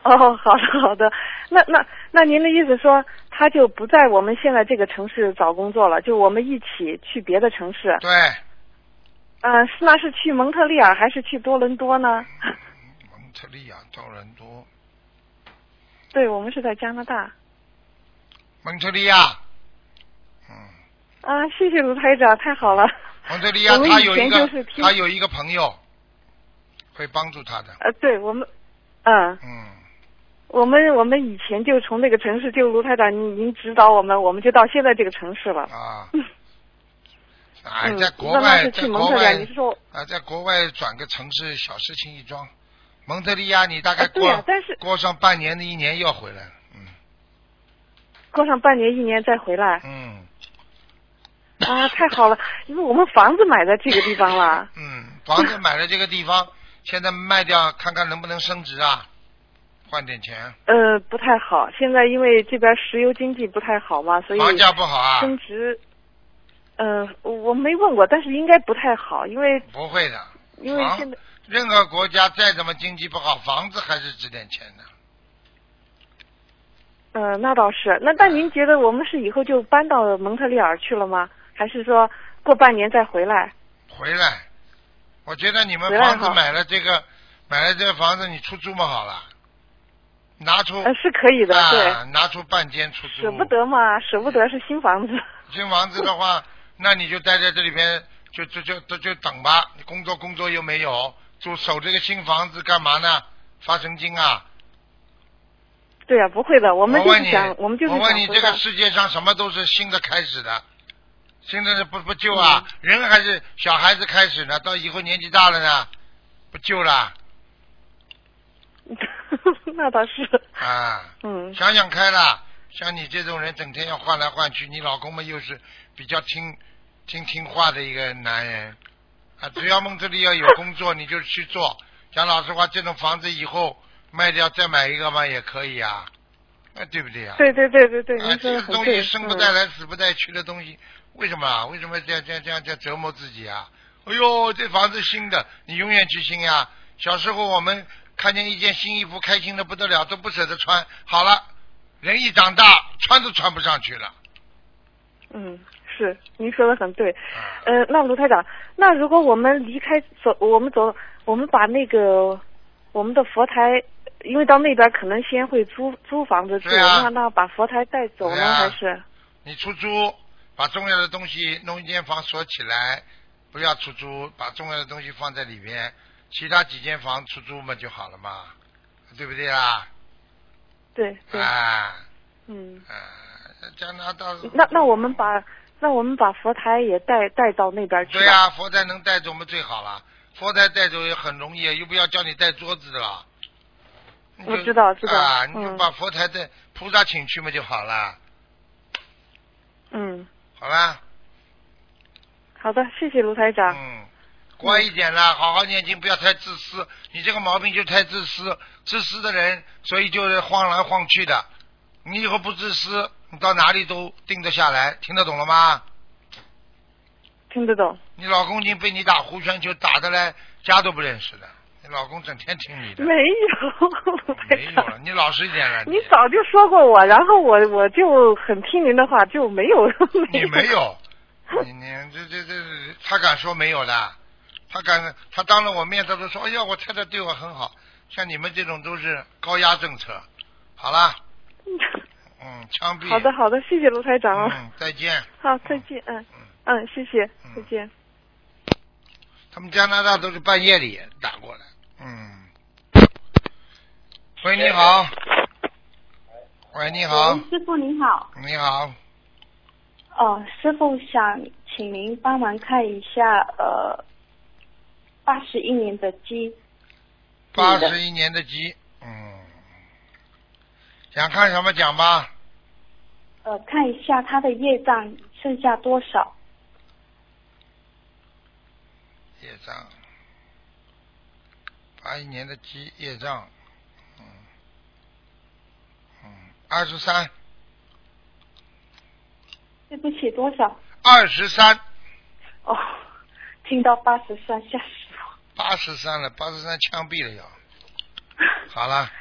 [SPEAKER 6] 哦，好的好的，那那那您的意思说他就不在我们现在这个城市找工作了，就我们一起去别的城市？
[SPEAKER 1] 对，
[SPEAKER 6] 呃，是那是去蒙特利尔还是去多伦多呢？ [laughs]
[SPEAKER 1] 蒙特利尔、多伦多、
[SPEAKER 6] 对，我们是在加拿大。
[SPEAKER 1] 蒙特利尔，嗯，
[SPEAKER 6] 啊，谢谢卢台长，太好了。
[SPEAKER 1] 蒙特利尔
[SPEAKER 6] 我，们
[SPEAKER 1] 他
[SPEAKER 6] 以
[SPEAKER 1] 有一
[SPEAKER 6] 前
[SPEAKER 1] 个
[SPEAKER 6] 就是，听
[SPEAKER 1] 他有一个朋友会帮助他的，
[SPEAKER 6] 呃，对我们，嗯，
[SPEAKER 1] 嗯，
[SPEAKER 6] 我们我们以前就从那个城市，就卢台长您您指导我们，我们就到现在这个城市了。
[SPEAKER 1] 啊
[SPEAKER 6] 嗯，
[SPEAKER 1] 哎，
[SPEAKER 6] 嗯
[SPEAKER 1] 在国
[SPEAKER 6] 那那
[SPEAKER 1] 外，
[SPEAKER 6] 是
[SPEAKER 1] 在
[SPEAKER 6] 去蒙
[SPEAKER 1] 国
[SPEAKER 6] 特利尔，
[SPEAKER 1] 外
[SPEAKER 6] 你是说？
[SPEAKER 1] 啊，在国外转个城市，小事情一桩。蒙特利尔，你大概
[SPEAKER 6] 啊对
[SPEAKER 1] 过、
[SPEAKER 6] 呀但是
[SPEAKER 1] 过上半年的一年要回来了，嗯
[SPEAKER 6] [laughs] 过上半年一年再回来？ [laughs]
[SPEAKER 1] 嗯
[SPEAKER 6] 啊，太好了，因为我们房子买在这个地方了。
[SPEAKER 1] 嗯，房子买了这个地方，现在卖掉看看能不能升值啊，换点钱，
[SPEAKER 6] 呃，不太好，现在因为这边石油经济不太好嘛，所以
[SPEAKER 1] 房价不好啊，
[SPEAKER 6] 升值。呃，我没问过，但是应该不太好，因为
[SPEAKER 1] 不会的，
[SPEAKER 6] 因为
[SPEAKER 1] 房
[SPEAKER 6] 现在
[SPEAKER 1] 任何国家再怎么经济不好，房子还是值点钱的。
[SPEAKER 6] 嗯，那倒是。那但您觉得我们是以后就搬到蒙特利尔去了吗？还是说过半年再回来？
[SPEAKER 1] 回来，我觉得你们
[SPEAKER 6] 回来
[SPEAKER 1] 房子
[SPEAKER 6] 好
[SPEAKER 1] 买了这个，买了这个房子，你出租嘛好了，拿出
[SPEAKER 6] 呃，是可以的，
[SPEAKER 1] 嗯啊，拿出半间出
[SPEAKER 6] 对，
[SPEAKER 1] 租，
[SPEAKER 6] 舍不得嘛，舍不得是新房子。 [laughs]
[SPEAKER 1] 新房子的话，那你就待在这里边，就就就就就等吧。你工作工作又没有，就守这个新房子干嘛呢？发神经啊！
[SPEAKER 6] 对呀、不会的，我
[SPEAKER 1] 我
[SPEAKER 6] 们就
[SPEAKER 1] 问
[SPEAKER 6] 是
[SPEAKER 1] 你，
[SPEAKER 6] 想，我们就是
[SPEAKER 1] 我
[SPEAKER 6] 想
[SPEAKER 1] 问你，
[SPEAKER 6] 回
[SPEAKER 1] 这个
[SPEAKER 6] 来
[SPEAKER 1] 世界上什么都是新的开始的，新的是不不救啊？
[SPEAKER 6] 嗯
[SPEAKER 1] 人还是小孩子开始呢？到以后年纪大了呢，不救了
[SPEAKER 6] [laughs] 那倒是，
[SPEAKER 1] 啊！
[SPEAKER 6] 嗯，
[SPEAKER 1] 想想开了，像你这种人，整天要换来换去，你老公嘛又是比较听听听话的一个男人啊，只要梦这里要有工作，你就去做。讲老实话，这种房子以后卖掉再买一个嘛也可以啊，那对不对呀、啊？
[SPEAKER 6] 对对对对对，
[SPEAKER 1] 啊，
[SPEAKER 6] 您说
[SPEAKER 1] 这
[SPEAKER 6] 的
[SPEAKER 1] 个
[SPEAKER 6] 很
[SPEAKER 1] 东
[SPEAKER 6] 对。嗯
[SPEAKER 1] 西生不带来死不带去的东西，为什么啊？为什么这样这样这样这样折磨自己啊？哎呦，这房子新的，你永远去新呀、小时候我们看见一件新衣服，开心的不得了，都不舍得穿。好了，人一长大，穿都穿不上去了。
[SPEAKER 6] 嗯，是，您说的很对。
[SPEAKER 1] 啊
[SPEAKER 6] 呃，那卢台长，那如果我们离开走，我们走，我们把那个我们的佛台，因为到那边可能先会租租房子住，
[SPEAKER 1] 对啊
[SPEAKER 6] 那那把佛台带走呢，
[SPEAKER 1] 对啊
[SPEAKER 6] 还是？
[SPEAKER 1] 你出租，把重要的东西弄一间房锁起来，不要出租，把重要的东西放在里边，其他几间房出租嘛就好了嘛，对不对啊？
[SPEAKER 6] 对对，
[SPEAKER 1] 啊
[SPEAKER 6] 嗯，
[SPEAKER 1] 啊，加拿大
[SPEAKER 6] 那那我们把那我们把佛台也带带到那边去吧。
[SPEAKER 1] 对呀、佛台能带走我们最好了，佛台带走也很容易，啊又不要叫你带桌子的了。你就
[SPEAKER 6] 我知道知道
[SPEAKER 1] 啊，
[SPEAKER 6] 嗯
[SPEAKER 1] 你就把佛台的菩萨请去嘛就好了，
[SPEAKER 6] 嗯，
[SPEAKER 1] 好吧？
[SPEAKER 6] 好的，谢谢卢台长。
[SPEAKER 1] 嗯，乖一点
[SPEAKER 6] 嗯
[SPEAKER 1] 啦，好好念经，不要太自私。你这个毛病就太自私，自私的人，所以就是晃来晃去的。你以后不自私，你到哪里都定得下来，听得懂了吗？
[SPEAKER 6] 听得懂？
[SPEAKER 1] 你老公已经被你打胡旋球打得来家都不认识的，你老公整天听你的
[SPEAKER 6] 没，有， [laughs] 卢台
[SPEAKER 1] 没有
[SPEAKER 6] 长。
[SPEAKER 1] 了，你老实一点了，
[SPEAKER 6] 你早就说过我，然后我我就很听您的话，就没有 [laughs] 没
[SPEAKER 1] 你
[SPEAKER 6] 有。
[SPEAKER 1] 没有，你你这这这，他敢说没有的？他敢，他当着我面，他都说，哎呀，我太太对我很好。像你们这种都是高压政策。好
[SPEAKER 6] [laughs]
[SPEAKER 1] 啦，嗯，枪毙。
[SPEAKER 6] 好的，好的，谢谢卢台长啊。
[SPEAKER 1] 嗯，再见。
[SPEAKER 6] 好，再见，嗯嗯，谢谢，再见。
[SPEAKER 1] 他们加拿大都是半夜里打过来。嗯。喂，你好。喂，你好
[SPEAKER 7] 喂，，师傅您好。
[SPEAKER 1] 你好，
[SPEAKER 3] 哦
[SPEAKER 7] 呃，师傅想请您帮忙看一下，呃，八十一年的鸡，
[SPEAKER 1] 八十一年的鸡，嗯，想看什么讲吧？
[SPEAKER 7] 呃，看一下他的业障剩下多少？
[SPEAKER 1] 业障，八一年的鸡业障，嗯嗯，二十三，
[SPEAKER 7] 对不起，多少？
[SPEAKER 1] 二十三，
[SPEAKER 7] 哦，听到八十三，吓死我。
[SPEAKER 1] 八十三了，八十三枪毙了要。好了，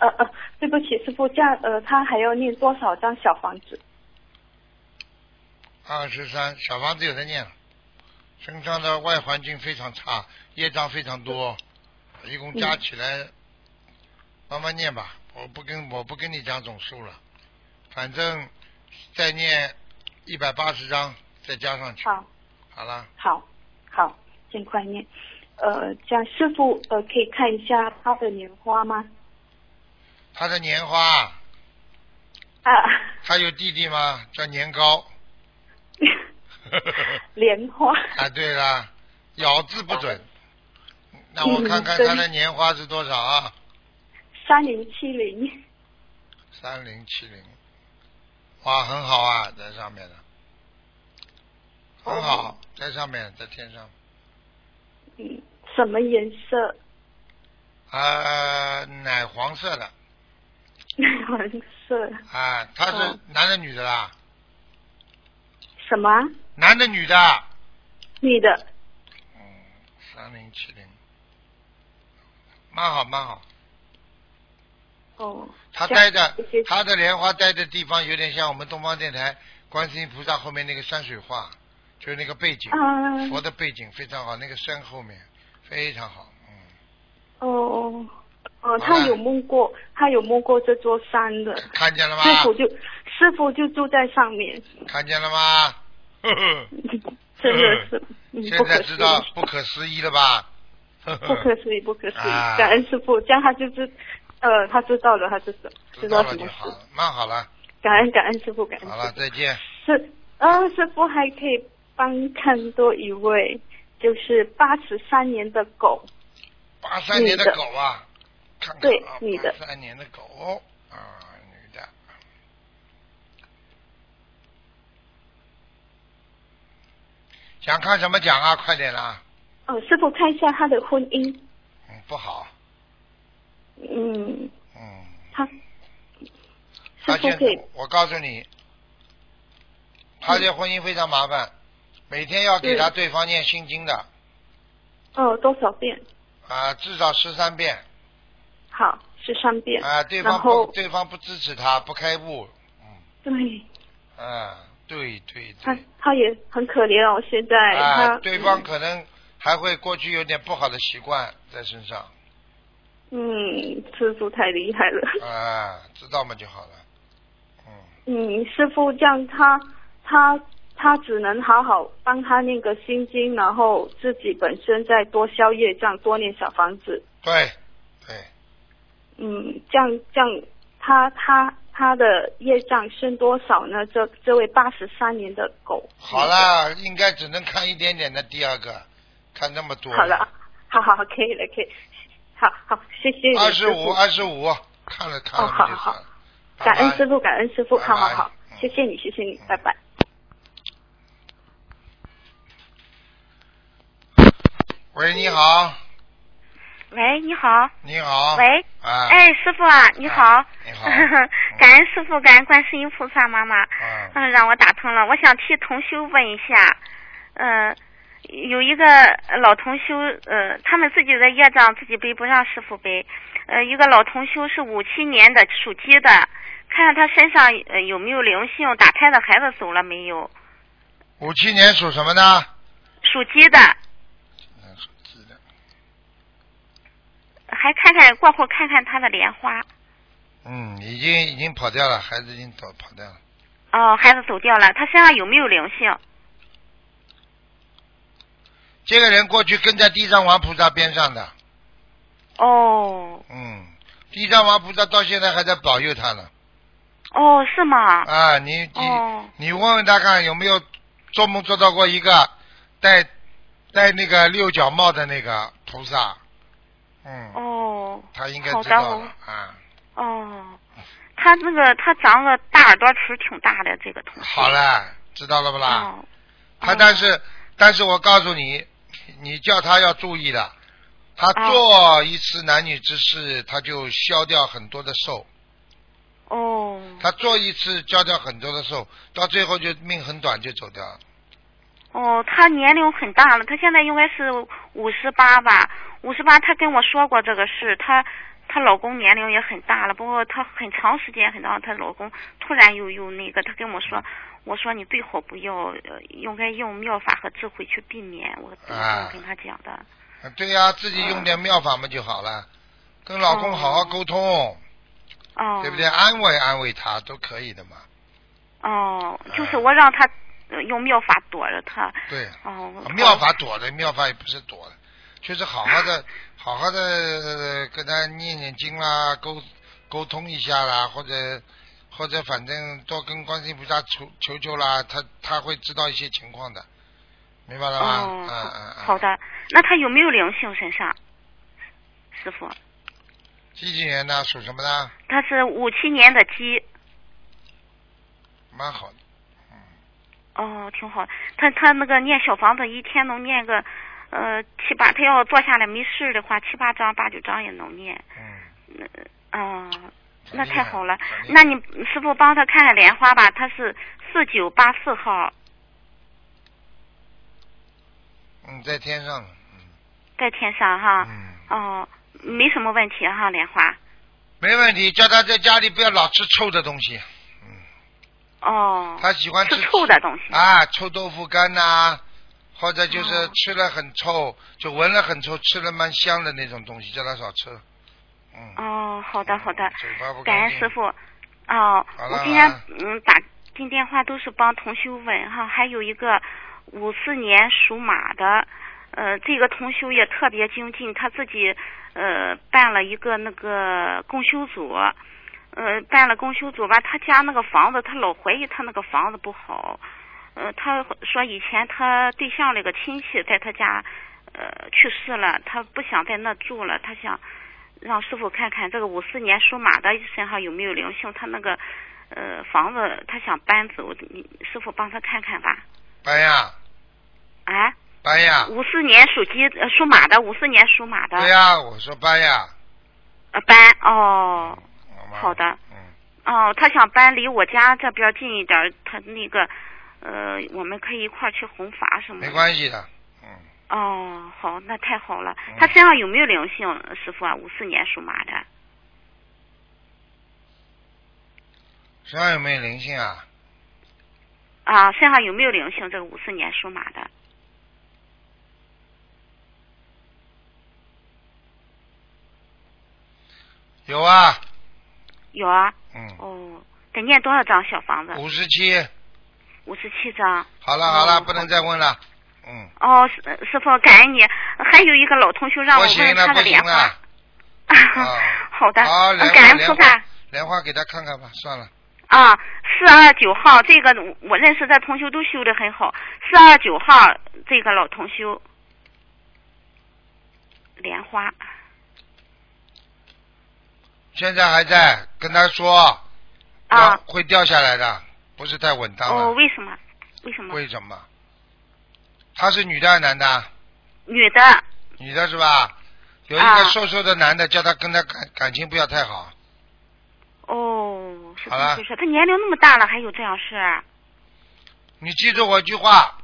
[SPEAKER 7] 呃呃，对不起，师傅，这样呃，他还要念多少张小房子？
[SPEAKER 1] 二十三，小房子有的念了，身上的外环境非常差，业障非常多，一共加起来，慢慢念吧。我不跟我不跟你讲总数了，反正再念一百八十章，再加上去。
[SPEAKER 7] 好，
[SPEAKER 1] 好了。
[SPEAKER 7] 好，好，尽快念。呃，这样师傅呃，可以看一下他的莲花吗？
[SPEAKER 1] 他的年花，
[SPEAKER 7] 啊，
[SPEAKER 1] 他有弟弟吗？叫年
[SPEAKER 7] [laughs]
[SPEAKER 1] 糕。
[SPEAKER 7] 莲花。
[SPEAKER 1] 啊，对了，咬字不准。那我看看
[SPEAKER 7] 嗯对
[SPEAKER 1] 他的年花是多少啊？
[SPEAKER 7] 三零七零，
[SPEAKER 1] 三零七零，哇，很好啊，在上面的，很
[SPEAKER 7] 哦
[SPEAKER 1] 好，在上面，在天上。
[SPEAKER 7] 嗯，什么颜色？
[SPEAKER 1] 啊，奶黄色的
[SPEAKER 7] 蓝色？
[SPEAKER 1] 啊，他是
[SPEAKER 7] 哦
[SPEAKER 1] 男的女的啦？
[SPEAKER 7] 什么？啊
[SPEAKER 1] 男的女的？
[SPEAKER 7] 女的？
[SPEAKER 1] 嗯，三零七零，蛮好蛮好。
[SPEAKER 7] 哦，
[SPEAKER 1] 他
[SPEAKER 7] 下
[SPEAKER 1] 待的
[SPEAKER 7] 谢谢
[SPEAKER 1] 他的莲花待的地方有点像我们东方电台观世音菩萨后面那个山水画，就是那个背景，
[SPEAKER 7] 啊，
[SPEAKER 1] 佛的背景非常好，那个山后面非常好，嗯，
[SPEAKER 7] 哦
[SPEAKER 1] 啊
[SPEAKER 7] 哦，他有摸过，他有摸过这座山的，
[SPEAKER 1] 看见了
[SPEAKER 7] 师傅
[SPEAKER 1] 吗？
[SPEAKER 7] 就师傅就住在上面，
[SPEAKER 1] 看见了吗？呵呵，
[SPEAKER 7] 真的
[SPEAKER 1] [laughs]
[SPEAKER 7] 是，嗯，不
[SPEAKER 1] 现
[SPEAKER 7] 可
[SPEAKER 1] 在知
[SPEAKER 7] 思议，
[SPEAKER 1] 道不可思议了吧？ [laughs] 呵
[SPEAKER 7] 不
[SPEAKER 1] 呵
[SPEAKER 7] 可，思议，不可思议
[SPEAKER 1] 嗯啊，
[SPEAKER 7] 感恩师傅，这样他就知，呃，他知道了，他知道
[SPEAKER 1] 知道了
[SPEAKER 7] 道什
[SPEAKER 1] 就
[SPEAKER 7] 么
[SPEAKER 1] 好
[SPEAKER 7] 事，
[SPEAKER 1] 了，蛮好了，
[SPEAKER 7] 感恩感恩师傅，感恩
[SPEAKER 1] 好
[SPEAKER 7] 师
[SPEAKER 1] 了，
[SPEAKER 7] 傅。
[SPEAKER 1] 再见。
[SPEAKER 7] 是，呃，师傅还可以帮看多一位，就是八十三年的狗，
[SPEAKER 1] 八三年
[SPEAKER 7] 女的
[SPEAKER 1] 狗啊，看看
[SPEAKER 7] 对
[SPEAKER 1] 啊，
[SPEAKER 7] 女的
[SPEAKER 1] 八三年的狗啊，女的。想看什么奖啊？快点啦！
[SPEAKER 7] 呃，师傅看一下他的婚姻，
[SPEAKER 1] 嗯，不好，
[SPEAKER 7] 嗯，
[SPEAKER 1] 嗯，
[SPEAKER 7] 他
[SPEAKER 1] 他
[SPEAKER 7] 师傅
[SPEAKER 1] 现
[SPEAKER 7] 可以
[SPEAKER 1] 在我告诉
[SPEAKER 7] 嗯
[SPEAKER 1] 你，他这婚姻非常麻烦，每天要给他对方念心经的
[SPEAKER 7] 哦多少遍？
[SPEAKER 1] 啊，至少十三遍
[SPEAKER 7] 好，十三遍。
[SPEAKER 1] 啊，对
[SPEAKER 7] 然
[SPEAKER 1] 方
[SPEAKER 7] 后
[SPEAKER 1] 不对方不支持他，不开悟，
[SPEAKER 7] 对
[SPEAKER 1] 啊，对对
[SPEAKER 7] 他
[SPEAKER 1] 对，
[SPEAKER 7] 他也很可怜哦，现在
[SPEAKER 1] 啊
[SPEAKER 7] 他，
[SPEAKER 1] 对方可能还会过去有点不好的习惯在身上
[SPEAKER 7] 嗯，师傅太厉害了。
[SPEAKER 1] 啊，知道嘛就好了，嗯。
[SPEAKER 7] 嗯，师傅这样他他他只能好好帮他念个心经，然后自己本身再多消业障，多念小房子。
[SPEAKER 1] 对，对，
[SPEAKER 7] 嗯，这样这样他他他的业障剩多少呢？这这位八十三年的狗。
[SPEAKER 1] 好啦，应该只能看一点点的第二个，看那么多。
[SPEAKER 7] 好了，好好好，可以了，可以。好好，谢谢你
[SPEAKER 1] 二十
[SPEAKER 7] 师
[SPEAKER 1] 五，
[SPEAKER 7] 傅，
[SPEAKER 1] 二十五，看了看了
[SPEAKER 7] 哦好
[SPEAKER 1] 就算了。拜
[SPEAKER 7] 感
[SPEAKER 1] 拜
[SPEAKER 7] 恩师傅，感恩师傅，
[SPEAKER 1] 拜
[SPEAKER 7] 好好
[SPEAKER 1] 拜
[SPEAKER 7] 好，
[SPEAKER 1] 嗯
[SPEAKER 7] 谢谢你，谢谢你，拜拜。
[SPEAKER 1] 喂，你好，
[SPEAKER 8] 喂，你好。
[SPEAKER 1] 你好。
[SPEAKER 8] 喂。
[SPEAKER 1] 啊。
[SPEAKER 8] 哎，师傅啊，你好。
[SPEAKER 1] 啊你
[SPEAKER 8] [laughs]
[SPEAKER 1] 好
[SPEAKER 8] 感恩师傅，感恩观世音菩萨妈妈。
[SPEAKER 1] 嗯。
[SPEAKER 8] 嗯，让我打通了。我想替同修问一下，嗯、有一个老同修，呃，他们自己的业障自己背，不让师傅背。呃，一个老同修是五七年的，属鸡的，看看他身上呃有没有灵性，打胎的孩子走了没有？
[SPEAKER 1] 五七年属什么呢？
[SPEAKER 8] 属鸡的，
[SPEAKER 1] 嗯属鸡的
[SPEAKER 8] 还看看过后看看他的莲花。
[SPEAKER 1] 嗯，已经已经跑掉了，孩子已经走跑掉了。
[SPEAKER 8] 哦，孩子走掉了，他身上有没有灵性？
[SPEAKER 1] 这个人过去跟在地藏王菩萨边上的，
[SPEAKER 8] 哦。
[SPEAKER 1] 嗯，地藏王菩萨到现在还在保佑他呢。
[SPEAKER 8] 哦，是吗？
[SPEAKER 1] 啊，你你、
[SPEAKER 8] 哦
[SPEAKER 1] 你问问他看有没有做梦做到过一个戴戴那个六角帽的那个菩萨，嗯，
[SPEAKER 8] 哦
[SPEAKER 1] 他应该
[SPEAKER 8] 好
[SPEAKER 1] 知
[SPEAKER 8] 的
[SPEAKER 1] 道
[SPEAKER 8] 我
[SPEAKER 1] 了啊。
[SPEAKER 8] 哦，他那个他长个大耳朵齿挺大的，这个同学。
[SPEAKER 1] 好了，知道了不啦？
[SPEAKER 8] 哦
[SPEAKER 1] 他但是但是我告诉你，你叫他要注意的，他
[SPEAKER 8] 啊
[SPEAKER 1] 做一次男女之事，他就消掉很多的寿，
[SPEAKER 8] 哦
[SPEAKER 1] 他做一次消掉很多的寿，到最后就命很短就走掉了。
[SPEAKER 8] 哦，他年龄很大了，他现在应该是五十八吧，五十八。他跟我说过这个事，她她老公年龄也很大了，不过她很长时间很长，她老公突然又又那个，她跟我说，我说你最好不要，呃应该用妙法和智慧去避免。我我这
[SPEAKER 1] 啊
[SPEAKER 8] 么跟她讲的。
[SPEAKER 1] 啊对呀、自己用点妙法嘛就好了，跟老公好好沟通，
[SPEAKER 8] 哦。
[SPEAKER 1] 对不啊对？安慰安慰他都可以的嘛。
[SPEAKER 8] 哦，就是
[SPEAKER 1] 啊
[SPEAKER 8] 我让他呃用妙法躲着他。
[SPEAKER 1] 对，
[SPEAKER 8] 哦，我
[SPEAKER 1] 妙法躲的，妙法也不是躲的，就是好好的、好好的、呃跟他念念经啦，沟沟通一下啦，或者或者反正多跟观世音菩萨求求求啦，他他会知道一些情况的，明白了吗？
[SPEAKER 8] 哦
[SPEAKER 1] 嗯，嗯嗯。
[SPEAKER 8] 好。的，那他有没有灵性身上？师傅，
[SPEAKER 1] 几几年呢？属什么呢？
[SPEAKER 8] 他是五七年的鸡，
[SPEAKER 1] 蛮好的，
[SPEAKER 8] 哦，挺好。他他那个念小房子一天能念个呃七八，他要坐下来没事儿的话，七八章八九章也能念。
[SPEAKER 1] 嗯。
[SPEAKER 8] 那啊、
[SPEAKER 1] 很
[SPEAKER 8] 那
[SPEAKER 1] 厉
[SPEAKER 8] 太
[SPEAKER 1] 害
[SPEAKER 8] 好了
[SPEAKER 1] 很厉。害
[SPEAKER 8] 那你师傅帮他看看莲花吧，他是四九八四号，
[SPEAKER 1] 嗯，在天上了，
[SPEAKER 8] 在天上哈。
[SPEAKER 1] 嗯。
[SPEAKER 8] 哦，没什么问题哈，莲花。
[SPEAKER 1] 没问题，叫他在家里不要老吃臭的东西，
[SPEAKER 8] 哦，
[SPEAKER 1] 他喜欢吃
[SPEAKER 8] 吃臭的东西。哦
[SPEAKER 1] 啊，臭豆腐干呐、或者就是吃了很臭，就闻了很臭，吃了蛮香的那种东西，叫他少吃。嗯，
[SPEAKER 8] 哦，好的好的，
[SPEAKER 1] 嘴巴不干
[SPEAKER 8] 感恩
[SPEAKER 1] 净
[SPEAKER 8] 师傅。哦
[SPEAKER 1] 好，了
[SPEAKER 8] 我今天
[SPEAKER 1] 好了
[SPEAKER 8] 嗯打进电话都是帮同修问哈，还有一个五四年属马的，呃，这个同修也特别精进，他自己呃办了一个那个共修组，呃办了共修组吧，他家那个房子，他老怀疑他那个房子不好，呃，他说以前他对象那个亲戚在他家呃去世了，他不想在那住了，他想让师傅看看这个五四年属马的身上有没有灵性，他那个呃房子他想搬走，你师傅帮他看看吧。
[SPEAKER 1] 白呀，
[SPEAKER 8] 啊，
[SPEAKER 1] 白呀，
[SPEAKER 8] 五四年属鸡呃属马的，五四年属马的，
[SPEAKER 1] 对呀，我说白呀，
[SPEAKER 8] 呃搬哦，
[SPEAKER 1] 好吗？
[SPEAKER 8] 好的
[SPEAKER 1] 嗯，
[SPEAKER 8] 哦，他想搬离我家这边近一点儿，他那个，呃，我们可以一块儿去弘法什么的。
[SPEAKER 1] 没关系的，嗯，
[SPEAKER 8] 哦，好，那太好了
[SPEAKER 1] 嗯。
[SPEAKER 8] 他身上有没有灵性，师傅啊？五四年属马的，
[SPEAKER 1] 身上有没有灵性啊？
[SPEAKER 8] 啊，身上有没有灵性？这个五四年属马的，
[SPEAKER 1] 有啊，
[SPEAKER 8] 有啊。
[SPEAKER 1] 嗯，
[SPEAKER 8] 哦，得念多少张小房子？
[SPEAKER 1] 五十七，
[SPEAKER 8] 五十七张。
[SPEAKER 1] 好了好了，
[SPEAKER 8] 嗯
[SPEAKER 1] 不能再问了，嗯，
[SPEAKER 8] 哦，师呃师傅，感恩你。还有一个老同学让
[SPEAKER 1] 不
[SPEAKER 8] 我
[SPEAKER 1] 行
[SPEAKER 8] 问
[SPEAKER 1] 了
[SPEAKER 8] 他
[SPEAKER 1] 不
[SPEAKER 8] 的莲
[SPEAKER 1] 行
[SPEAKER 8] 花。
[SPEAKER 1] 了，啊
[SPEAKER 8] 好的，
[SPEAKER 1] 好
[SPEAKER 8] 嗯
[SPEAKER 1] 莲花
[SPEAKER 8] 感恩
[SPEAKER 1] 莲
[SPEAKER 8] 菩
[SPEAKER 1] 花
[SPEAKER 8] 萨。
[SPEAKER 1] 莲花给他看看吧，算了，
[SPEAKER 8] 啊，四二九号这个我认识的同修都修的很好，四二九号这个老同修，莲花
[SPEAKER 1] 现在还在，跟他说，
[SPEAKER 8] 嗯啊
[SPEAKER 1] 要，会掉下来的，不是太稳当
[SPEAKER 8] 哦，
[SPEAKER 1] 了，
[SPEAKER 8] 为什么？为什么？
[SPEAKER 1] 为什么？他是女的还是男的啊？
[SPEAKER 8] 女的
[SPEAKER 1] 女的是吧？有一个
[SPEAKER 8] 啊
[SPEAKER 1] 瘦瘦的男的，叫他跟他感感情不要太好，
[SPEAKER 8] 哦，是
[SPEAKER 1] 好
[SPEAKER 8] 这
[SPEAKER 1] 了
[SPEAKER 8] 么回事？她年龄那么大了，还有这样事儿？啊
[SPEAKER 1] 你记住我一句话，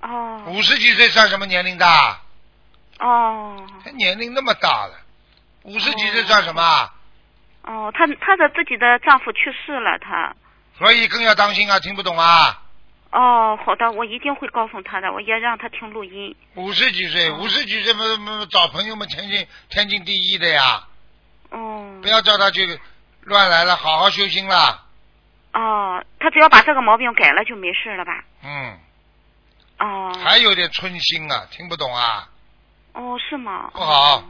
[SPEAKER 8] 哦
[SPEAKER 1] 五十几岁算什么年龄大？
[SPEAKER 8] 哦
[SPEAKER 1] 他年龄那么大了，五十几岁算什么
[SPEAKER 8] 嗯
[SPEAKER 1] 啊？
[SPEAKER 8] 哦，她她的自己的丈夫去世了，她
[SPEAKER 1] 所以更要当心啊！听不懂啊？
[SPEAKER 8] 哦，好的，我一定会告诉她的，我也让她听录音。
[SPEAKER 1] 五十几岁，
[SPEAKER 8] 嗯
[SPEAKER 1] 五十几岁嘛嘛找朋友们天经天经地义的呀！
[SPEAKER 8] 哦
[SPEAKER 1] 不要叫他去乱来了，好好修心啦。
[SPEAKER 8] 哦，她只要把这个毛病改了就没事了吧？
[SPEAKER 1] 嗯，
[SPEAKER 8] 哦，
[SPEAKER 1] 还有点春心啊，听不懂啊？
[SPEAKER 8] 哦，是吗？
[SPEAKER 1] 不好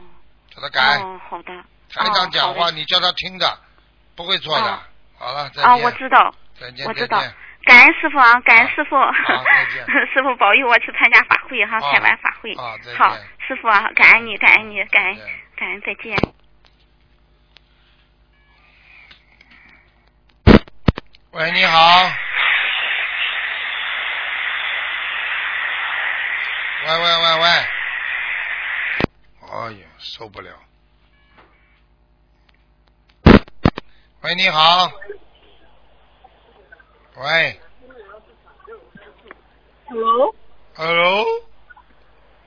[SPEAKER 1] 叫他改。
[SPEAKER 8] 哦，好的。
[SPEAKER 1] 台长讲
[SPEAKER 8] 哦
[SPEAKER 1] 话，
[SPEAKER 8] 好的
[SPEAKER 1] 你叫他听的，不会错的
[SPEAKER 8] 啊。
[SPEAKER 1] 好了，再
[SPEAKER 8] 啊，我
[SPEAKER 1] 见，
[SPEAKER 8] 知道，
[SPEAKER 1] 再见，
[SPEAKER 8] 我
[SPEAKER 1] 再
[SPEAKER 8] 知道
[SPEAKER 1] 见。。
[SPEAKER 8] 感恩师傅啊，感恩师傅
[SPEAKER 1] 好再见，
[SPEAKER 8] [laughs] 师傅保佑我去参加法会哈，
[SPEAKER 1] 啊
[SPEAKER 8] 开完法会。
[SPEAKER 1] 啊再见
[SPEAKER 8] 好，师傅啊，感恩你，感恩你，感恩
[SPEAKER 1] 再见，
[SPEAKER 8] 感恩，再见。
[SPEAKER 1] 喂，你好。喂喂喂喂！哎呀，受不了！喂，你好。喂
[SPEAKER 7] Hello，
[SPEAKER 1] ，Hello，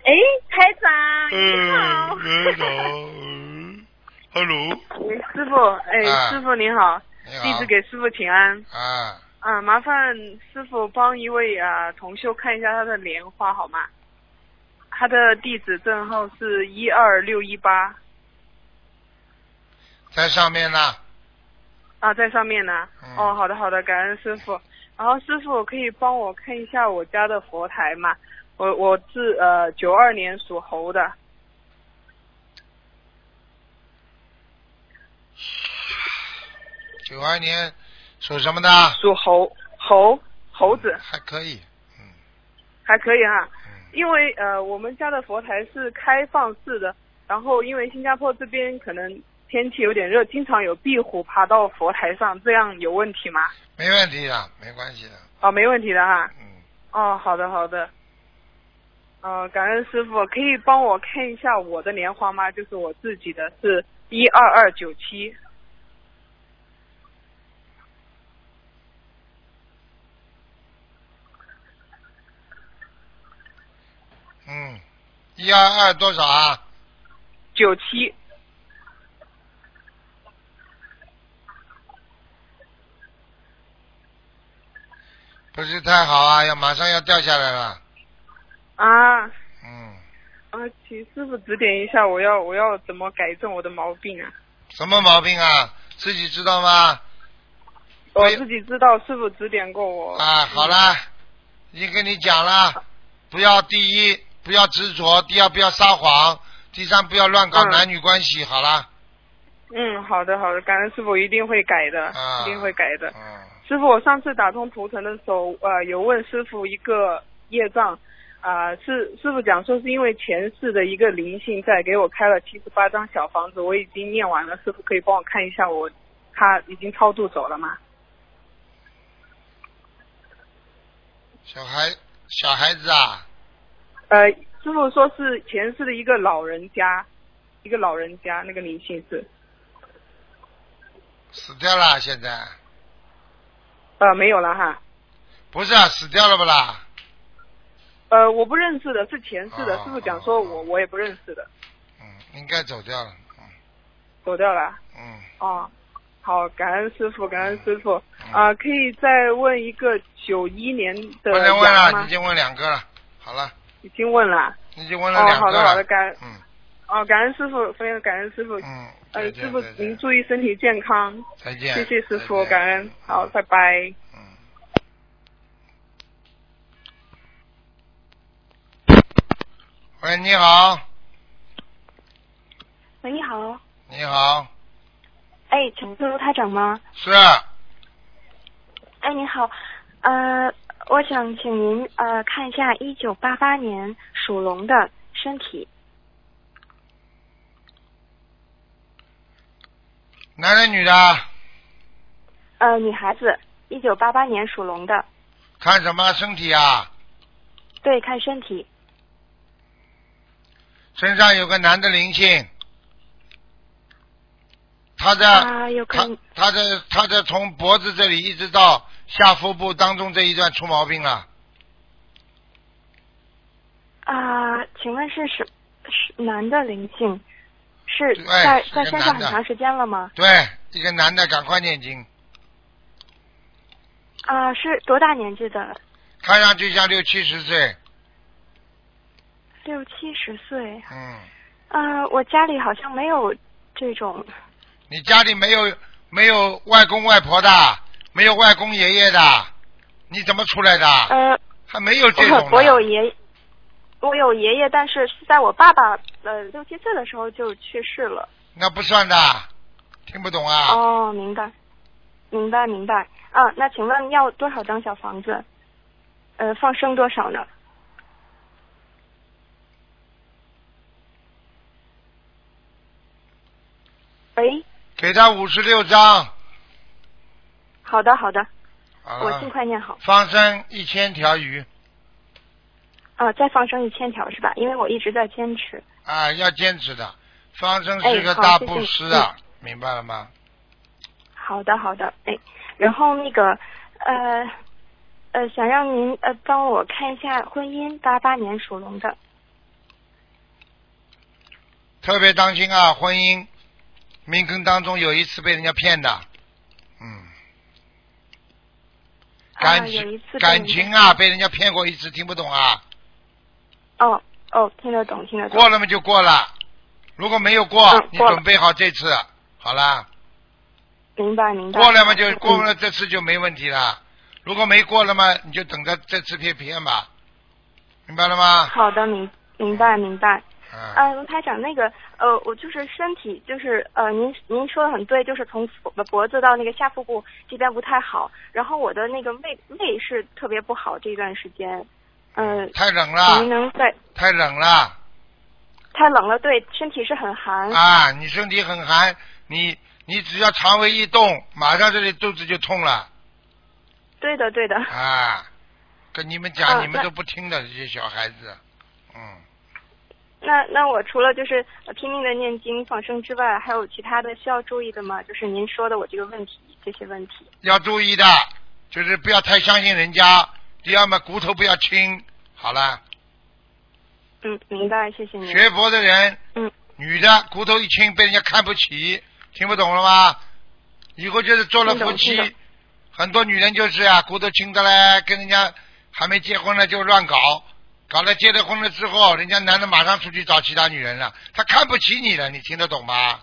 [SPEAKER 7] 哎，台长，你好。
[SPEAKER 1] 嗯，你好，嗯，Hello，
[SPEAKER 4] 喂师傅，哎，
[SPEAKER 1] 啊
[SPEAKER 4] 师傅您好，
[SPEAKER 1] 你
[SPEAKER 4] 弟
[SPEAKER 1] 好
[SPEAKER 4] 子。给师傅请安。
[SPEAKER 1] 啊，
[SPEAKER 4] 啊，麻烦师傅帮一位啊同修看一下他的莲花好吗？他的地址证号是一二六一八
[SPEAKER 1] 在上面呢。
[SPEAKER 4] 啊，在上面呢。
[SPEAKER 1] 嗯
[SPEAKER 4] 哦，好的好的，感恩师傅。然后师傅可以帮我看一下我家的佛台吗？我我是呃九二年属猴的，
[SPEAKER 1] 九二年属什么的？
[SPEAKER 4] 属猴猴猴子
[SPEAKER 1] 还可以，嗯
[SPEAKER 4] 还可以哈、
[SPEAKER 1] 嗯。
[SPEAKER 4] 因为呃，我们家的佛台是开放式的，然后因为新加坡这边可能天气有点热，经常有壁虎爬到佛台上，这样有问题吗？
[SPEAKER 1] 没问题的，没关系的。
[SPEAKER 4] 哦，没问题的哈。
[SPEAKER 1] 嗯，
[SPEAKER 4] 哦，好的好的。呃，感恩师傅，可以帮我看一下我的莲花吗？就是我自己的，是一二二九七。
[SPEAKER 1] 嗯，一二二多少啊？
[SPEAKER 4] 九七，
[SPEAKER 1] 不是太好啊，要马上要掉下来了。
[SPEAKER 4] 啊
[SPEAKER 1] 嗯，
[SPEAKER 4] 啊，请师傅指点一下，我要我要怎么改正我的毛病啊？
[SPEAKER 1] 什么毛病啊？自己知道吗？
[SPEAKER 4] 我
[SPEAKER 1] 哎呀
[SPEAKER 4] 自己知道，师傅指点过我。
[SPEAKER 1] 啊，好啦，已经跟你讲了，不要第一不要执着，第二不要撒谎，第三不要乱搞
[SPEAKER 4] 嗯
[SPEAKER 1] 男女关系。好啦，
[SPEAKER 4] 嗯，好的好的，感恩师傅一定会改的，
[SPEAKER 1] 啊
[SPEAKER 4] 一定会改的。
[SPEAKER 1] 嗯，
[SPEAKER 4] 师傅，我上次打通图腾的时候，呃，有问师傅一个业障，啊、是师傅讲说是因为前世的一个灵性在给我开了七十八张小房子，我已经念完了，师傅可以帮我看一下我他已经超度走了吗？
[SPEAKER 1] 小孩小孩子啊，
[SPEAKER 4] 呃，师傅说是前世的一个老人家，一个老人家那个灵性是，
[SPEAKER 1] 死掉了现在？
[SPEAKER 6] 呃，没有了哈。
[SPEAKER 1] 不是啊，死掉了不啦？
[SPEAKER 6] 呃，我不认识的，是前世的
[SPEAKER 1] 哦，
[SPEAKER 6] 师傅讲说我我也不认识的，
[SPEAKER 1] 嗯，应该走掉了。嗯
[SPEAKER 6] 走掉了。
[SPEAKER 1] 嗯，
[SPEAKER 6] 哦，好，感恩师傅，感恩师傅。
[SPEAKER 1] 嗯
[SPEAKER 6] 啊、可以再问一个九一年
[SPEAKER 1] 不
[SPEAKER 6] 的
[SPEAKER 1] 能问
[SPEAKER 6] 羊
[SPEAKER 1] 了，你
[SPEAKER 6] 吗
[SPEAKER 1] 已？经问两个了。好了，
[SPEAKER 6] 已经问了。
[SPEAKER 1] 你已经问了
[SPEAKER 6] 哦，
[SPEAKER 1] 两
[SPEAKER 6] 好
[SPEAKER 1] 个
[SPEAKER 6] 的
[SPEAKER 1] 了。
[SPEAKER 6] 好的，感
[SPEAKER 1] 嗯
[SPEAKER 6] 哦，感恩师傅，非常感恩师傅。
[SPEAKER 1] 嗯，再
[SPEAKER 6] 呃，
[SPEAKER 1] 见
[SPEAKER 6] 师傅
[SPEAKER 1] 再见
[SPEAKER 6] 您注意身体健康，
[SPEAKER 1] 再见，
[SPEAKER 6] 谢谢师
[SPEAKER 1] 再
[SPEAKER 6] 傅，
[SPEAKER 1] 见
[SPEAKER 6] 感恩，好，拜拜。
[SPEAKER 1] 嗯。喂，你好，
[SPEAKER 5] 喂，你好，
[SPEAKER 1] 你好，
[SPEAKER 5] 哎，请问卢台长吗？
[SPEAKER 1] 是，
[SPEAKER 5] 哎，你好，呃，我想请您呃看一下一九八八年属龙的身体，
[SPEAKER 1] 男的女的？
[SPEAKER 5] 呃，女孩子，一九八八年属龙的，
[SPEAKER 1] 看什么身体啊？
[SPEAKER 5] 对，看身体，
[SPEAKER 1] 身上有个男的灵性，他的、
[SPEAKER 5] 啊有个
[SPEAKER 1] 他他的他的从脖子这里一直到下腹部当中这一段出毛病了，
[SPEAKER 5] 啊、请问是什是男的灵性，是
[SPEAKER 1] 对
[SPEAKER 5] 在
[SPEAKER 1] 是
[SPEAKER 5] 在
[SPEAKER 1] 个
[SPEAKER 5] 身
[SPEAKER 1] 男
[SPEAKER 5] 上很
[SPEAKER 1] 的
[SPEAKER 5] 长时间了吗？
[SPEAKER 1] 对，一个男的赶快念经，
[SPEAKER 5] 啊、是多大年纪的？
[SPEAKER 1] 看上去像六七十岁，
[SPEAKER 5] 六七十岁，
[SPEAKER 1] 嗯，
[SPEAKER 5] 啊、我家里好像没有这种，
[SPEAKER 1] 你家里没有没有外公外婆的，没有外公爷爷的，你怎么出来的？
[SPEAKER 5] 呃，
[SPEAKER 1] 还没有这种
[SPEAKER 5] [laughs] 我
[SPEAKER 1] 的，
[SPEAKER 5] 我有爷，我有爷爷，但是是在我爸爸呃六七岁的时候就去世了。
[SPEAKER 1] 那不算的，听不懂啊？
[SPEAKER 5] 哦，明白，明白，明白。啊，那请问要多少张小房子？呃，放生多少呢？喂，
[SPEAKER 1] 给他五十六张，
[SPEAKER 5] 好的，好的，
[SPEAKER 1] 好
[SPEAKER 5] 我尽
[SPEAKER 1] 了，
[SPEAKER 5] 快念好。
[SPEAKER 1] 放生一千条鱼
[SPEAKER 5] 啊，再放生一千条是吧？因为我一直在坚持。
[SPEAKER 1] 啊，要坚持的，放生是
[SPEAKER 5] 哎
[SPEAKER 1] 个
[SPEAKER 5] 好
[SPEAKER 1] 大
[SPEAKER 5] 谢谢
[SPEAKER 1] 布施啊，明白了吗？
[SPEAKER 5] 好的，好的，哎，然后那个，呃，呃，想让您呃帮我看一下婚姻，八八年属龙的，
[SPEAKER 1] 特别当心啊，婚姻命根当中有一次被人家骗的，嗯，感
[SPEAKER 5] 啊、有一
[SPEAKER 1] 情、
[SPEAKER 5] 次被人
[SPEAKER 1] 感
[SPEAKER 5] 家
[SPEAKER 1] 情啊，被人家骗过一次，听不懂啊？
[SPEAKER 5] 哦哦，听得懂，听得懂。
[SPEAKER 1] 过了嘛就过了，如果没有过，
[SPEAKER 5] 嗯
[SPEAKER 1] 你
[SPEAKER 5] 过了
[SPEAKER 1] 准备好这次，好啦，
[SPEAKER 5] 明白明白。
[SPEAKER 1] 过了嘛就过
[SPEAKER 5] 嗯
[SPEAKER 1] 了，这次就没问题了。如果没过了嘛，你就等着这次被骗吧，明白了吗？
[SPEAKER 5] 好的，明明白明白。
[SPEAKER 1] 嗯，
[SPEAKER 5] 呃，卢台长，那个呃，我就是身体，就是呃，您您说的很对，就是从脖脖子到那个下腹部这边不太好，然后我的那个胃胃是特别不好这段时间，嗯、
[SPEAKER 1] 太冷
[SPEAKER 5] 呃，
[SPEAKER 1] 了
[SPEAKER 5] 您，能在
[SPEAKER 1] 太冷了
[SPEAKER 5] 太冷了，对，身体是很寒。
[SPEAKER 1] 啊！你身体很寒，你你只要肠胃一动，马上这里肚子就痛了
[SPEAKER 5] 对的对的，
[SPEAKER 1] 啊！跟你们
[SPEAKER 5] 啊
[SPEAKER 1] 讲，你们
[SPEAKER 5] 那
[SPEAKER 1] 都不听的，这些小孩子，嗯，
[SPEAKER 5] 那那我除了就是呃拼命的念经放生之外，还有其他的需要注意的吗？就是您说的我这个问题这些问题。
[SPEAKER 1] 要注意的，就是不要太相信人家，第二嘛骨头不要轻，好了。
[SPEAKER 5] 嗯，明白，谢谢您。
[SPEAKER 1] 学佛的人，
[SPEAKER 5] 嗯，
[SPEAKER 1] 女的骨头一轻被人家看不起，听不懂了吗？以后就是做了
[SPEAKER 5] 听
[SPEAKER 1] 夫
[SPEAKER 5] 懂听
[SPEAKER 1] 妻
[SPEAKER 5] 懂，
[SPEAKER 1] 很多女人就是啊，骨头轻的嘞，跟人家还没结婚呢就乱搞，搞了结了婚了之后，人家男的马上出去找其他女人了，他看不起你了，你听得懂吗？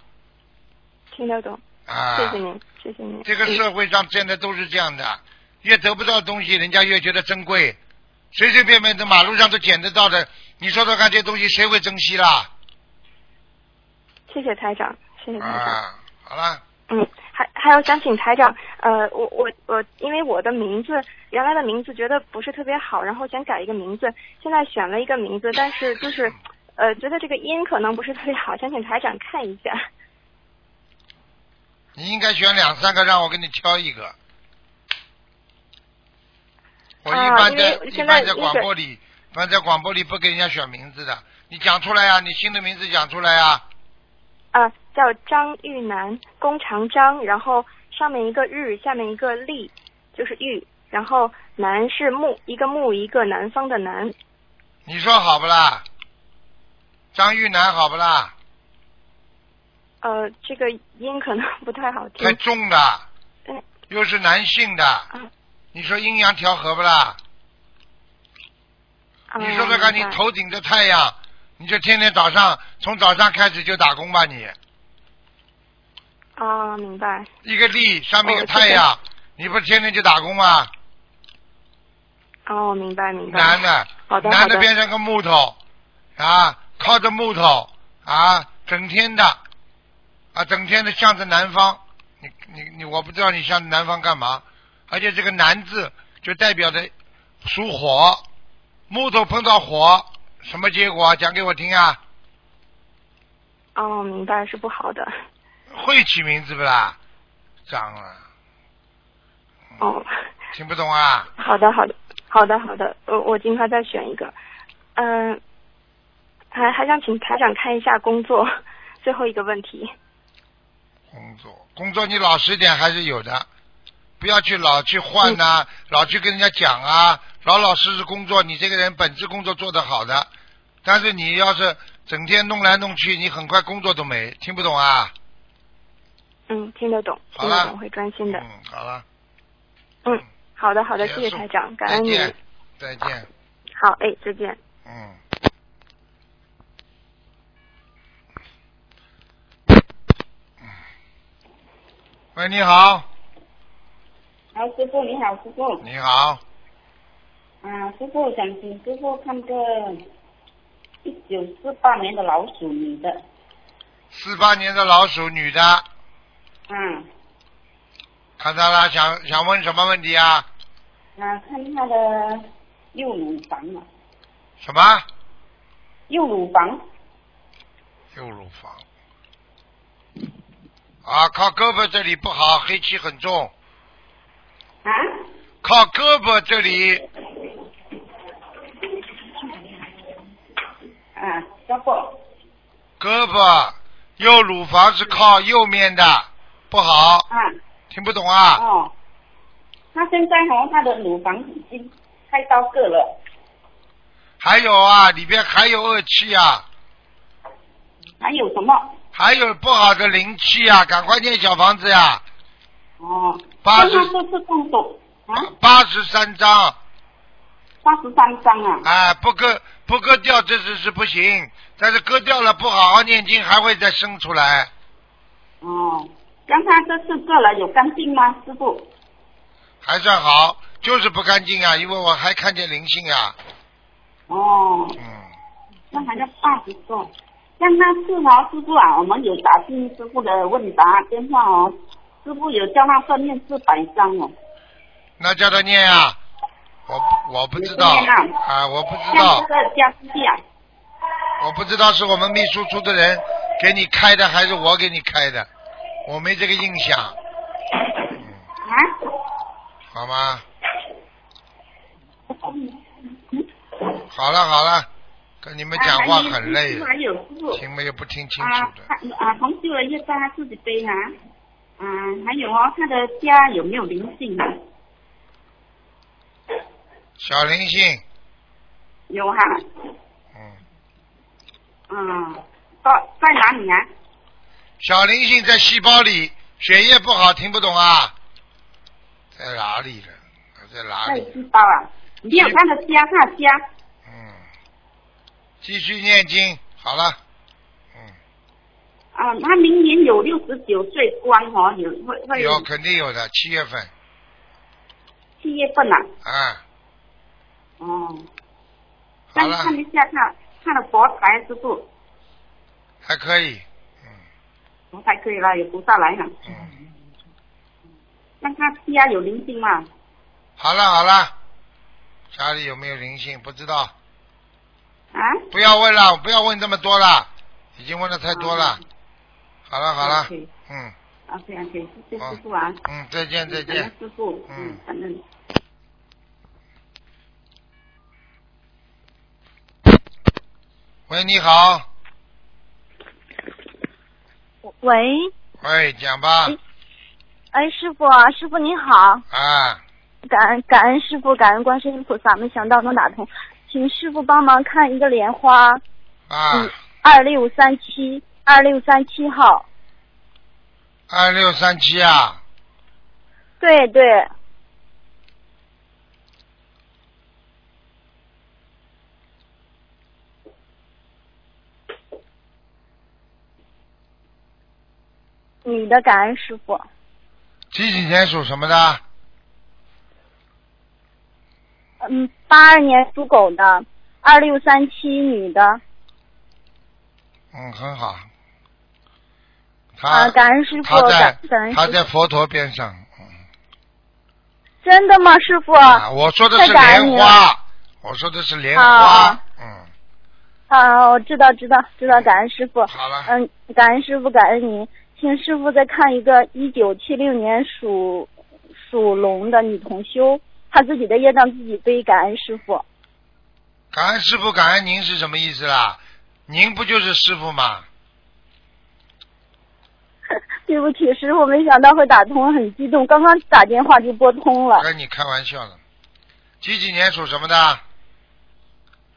[SPEAKER 5] 听得懂，
[SPEAKER 1] 啊，
[SPEAKER 5] 谢谢您，谢谢您。
[SPEAKER 1] 这个
[SPEAKER 5] 嗯
[SPEAKER 1] 社会上现在都是这样的，越得不到东西，人家越觉得珍贵，随随便便的马路上都捡得到的，你说说看，这东西谁会珍惜啦？
[SPEAKER 5] 谢谢台长，谢谢台长。
[SPEAKER 1] 啊，好了，
[SPEAKER 5] 嗯，还还有想请台长，呃，我我我，因为我的名字原来的名字觉得不是特别好，然后想改一个名字，现在选了一个名字，但是就是呃，觉得这个音可能不是特别好，想请台长看一下。
[SPEAKER 1] 你应该选两三个，让我给你挑一个。我一般在、
[SPEAKER 5] 啊因为
[SPEAKER 1] 一
[SPEAKER 5] 现在
[SPEAKER 1] 般在广播里，一般在广播里不给人家选名字的，你讲出来呀、你新的名字讲出来呀、
[SPEAKER 5] 呃啊，叫张玉楠，弓长张，然后上面一个日，下面一个立，就是玉。然后南是木，一个木，一个南方的南。
[SPEAKER 1] 你说好不啦？张玉南好不啦？
[SPEAKER 5] 呃，这个音可能 [laughs] 不太好听
[SPEAKER 1] 太。重了
[SPEAKER 5] 嗯，
[SPEAKER 1] 又是男性的，你说阴阳调和不啦？
[SPEAKER 5] 啊
[SPEAKER 1] 你说说看，你
[SPEAKER 5] 明白
[SPEAKER 1] 头顶着太阳，你就天天早上从早上开始就打工吧你。
[SPEAKER 5] 啊，明白。
[SPEAKER 1] 一个地上面有
[SPEAKER 5] 哦
[SPEAKER 1] 太阳，你不是天天去打工吗？
[SPEAKER 5] 哦，明白明白。
[SPEAKER 1] 男的，
[SPEAKER 5] 好的
[SPEAKER 1] 男
[SPEAKER 5] 好的
[SPEAKER 1] 变成个木头，啊，靠着木头啊，整天的，啊，整天的向着南方，你你你，我不知道你向着南方干嘛，而且这个南字就代表着属火，木头碰到火，什么结果啊？讲给我听啊，
[SPEAKER 5] 哦，明白是不好的。
[SPEAKER 1] 会起名字不啦？脏了，
[SPEAKER 5] 哦，
[SPEAKER 1] 听不懂啊？
[SPEAKER 5] 好的好的好的好的，我我尽快再选一个。嗯、还还想请台长看一下工作 [laughs] 最后一个问题。
[SPEAKER 1] 工作，工作你老实点还是有的，不要去老去换呐、老去跟人家讲啊，老老实实工作。你这个人本职工作做得好的，但是你要是整天弄来弄去，你很快工作都没，听不懂啊？
[SPEAKER 5] 嗯，听得懂，
[SPEAKER 1] 好
[SPEAKER 5] 听
[SPEAKER 1] 了
[SPEAKER 5] 得懂，会专心的。
[SPEAKER 1] 嗯，好了，
[SPEAKER 5] 嗯，好的好的，
[SPEAKER 1] 结
[SPEAKER 5] 谢谢
[SPEAKER 1] 束
[SPEAKER 5] 台长，感
[SPEAKER 1] 再
[SPEAKER 5] 恩你。
[SPEAKER 1] 见，再见，
[SPEAKER 5] 好，哎，再见。
[SPEAKER 1] 嗯。喂，你好，
[SPEAKER 9] 好，啊师傅你好，师傅。
[SPEAKER 1] 你好，
[SPEAKER 9] 啊，师傅想请师傅看个一九四八年的老鼠女的，
[SPEAKER 1] 四八年的老鼠女的，
[SPEAKER 9] 啊
[SPEAKER 1] 看到了，想想问什么问题啊？
[SPEAKER 9] 啊，看她的右乳房啊，
[SPEAKER 1] 什么？
[SPEAKER 9] 右乳房
[SPEAKER 1] 右乳房。啊，靠胳膊这里不好，黑气很重。
[SPEAKER 9] 啊，
[SPEAKER 1] 靠胳膊这里，
[SPEAKER 9] 啊，小宝，
[SPEAKER 1] 胳膊右乳房是靠右面的，不好，
[SPEAKER 9] 啊，
[SPEAKER 1] 听不懂啊？
[SPEAKER 9] 哦，她现在哦，她的乳房已经开刀割了，
[SPEAKER 1] 还有啊，里边还有恶气啊，
[SPEAKER 9] 还有什么？
[SPEAKER 1] 还有不好的灵气啊，赶快念小房子呀、
[SPEAKER 9] 哦，
[SPEAKER 1] 八
[SPEAKER 9] 那
[SPEAKER 1] 十
[SPEAKER 9] 她这次动手啊，
[SPEAKER 1] 八十三章，
[SPEAKER 9] 八十三张啊，
[SPEAKER 1] 哎，不割不割掉这次是不行，但是割掉了不好好念经还会再生出来。
[SPEAKER 9] 哦，让她这次割了有干净吗，师傅？
[SPEAKER 1] 还算好，就是不干净啊，因为我还看见灵性啊。
[SPEAKER 9] 哦，
[SPEAKER 1] 嗯，
[SPEAKER 9] 那还要八十个，让他治疗师傅啊，我们有打进师傅的问答电话哦，师傅有叫他分念四百张哦，
[SPEAKER 1] 那叫他念啊，我我不知道
[SPEAKER 9] 你不念啊
[SPEAKER 1] 啊，我不知
[SPEAKER 9] 像
[SPEAKER 1] 道
[SPEAKER 9] 这，个加湿器啊，
[SPEAKER 1] 我不知道是我们秘书处的人给你开的，还是我给你开的，我没这个印象，
[SPEAKER 9] 啊，
[SPEAKER 1] 好吗？好了好了，跟你们讲话
[SPEAKER 9] 啊还有
[SPEAKER 1] 很累
[SPEAKER 9] 师，傅还有师傅
[SPEAKER 1] 听没有不听清
[SPEAKER 9] 啊
[SPEAKER 1] 楚的。
[SPEAKER 9] 他啊，同修的业障他自己背啊，啊，还有哦，他的家有没有灵性啊？
[SPEAKER 1] 小灵性，
[SPEAKER 9] 有哈、
[SPEAKER 1] 嗯，
[SPEAKER 9] 嗯，到在哪里啊？
[SPEAKER 1] 小灵性在细胞里，血液不好，听不懂啊？在哪里了？在哪
[SPEAKER 9] 在
[SPEAKER 1] 里？
[SPEAKER 9] 细胞啊，没有他的家，他的家
[SPEAKER 1] 嗯，继续念经，好了，嗯，
[SPEAKER 9] 啊，他明年有六十九岁光哦，有会会
[SPEAKER 1] 有肯定有的，七月份
[SPEAKER 9] 七月份啊。
[SPEAKER 1] 啊，
[SPEAKER 9] 哦，
[SPEAKER 1] 好
[SPEAKER 9] 再
[SPEAKER 1] 了，
[SPEAKER 9] 看一下他他的佛台师傅，
[SPEAKER 1] 还可以，
[SPEAKER 9] 佛台可以了，有菩萨来了。
[SPEAKER 1] 嗯，
[SPEAKER 9] 那他家有灵性吗？
[SPEAKER 1] 好了好了，家里有没有灵性不知道，
[SPEAKER 9] 啊？
[SPEAKER 1] 不要问了，不要问这么多了，已经问的太多
[SPEAKER 10] 啊
[SPEAKER 1] 了，好了好了，嗯
[SPEAKER 9] OK OK，谢谢啊
[SPEAKER 1] 好
[SPEAKER 9] 师傅啊，
[SPEAKER 1] 嗯，再见再
[SPEAKER 9] 感恩
[SPEAKER 1] 见，
[SPEAKER 9] 师傅，
[SPEAKER 1] 嗯
[SPEAKER 9] 嗯，感恩。
[SPEAKER 1] 喂你好，
[SPEAKER 10] 喂，
[SPEAKER 1] 喂讲吧，
[SPEAKER 10] 哎，师傅，师傅您好，
[SPEAKER 1] 啊，
[SPEAKER 10] 感恩感恩师傅，感恩观世音菩萨，没想到能打通，请师傅帮忙看一个莲花，嗯
[SPEAKER 1] 啊，
[SPEAKER 10] 二六三七二六三七号，
[SPEAKER 1] 二六三七啊，
[SPEAKER 10] 对对，你的感恩师傅，
[SPEAKER 1] 几几年属什么的？
[SPEAKER 10] 嗯，八二年属狗的，二六三七女
[SPEAKER 1] 啊
[SPEAKER 10] 的，
[SPEAKER 1] 嗯，很好。
[SPEAKER 10] 啊
[SPEAKER 1] 他
[SPEAKER 10] 感恩师傅
[SPEAKER 1] 他在
[SPEAKER 10] 感感恩师
[SPEAKER 1] 他在
[SPEAKER 10] 傅
[SPEAKER 1] 佛陀边上。
[SPEAKER 10] 真的吗，师傅？
[SPEAKER 1] 啊我说的
[SPEAKER 10] 太
[SPEAKER 1] 是
[SPEAKER 10] 感恩
[SPEAKER 1] 莲
[SPEAKER 10] 你了
[SPEAKER 1] 花，我说的是莲花
[SPEAKER 10] 啊。
[SPEAKER 1] 嗯，
[SPEAKER 10] 啊，我知道，知道，知道，感恩师傅。
[SPEAKER 1] 好了
[SPEAKER 10] 嗯，感恩师傅，感恩您，请师傅再看一个一九七六年属属龙的女同修，她自己的业障自己背，感恩师傅。
[SPEAKER 1] 感恩师傅，感恩您是什么意思啦？您不就是师傅吗？
[SPEAKER 10] 对不起，师傅，没想到会打通，很激动，刚刚打电话就拨通了。
[SPEAKER 1] 跟你开玩笑了。几几年属什么的？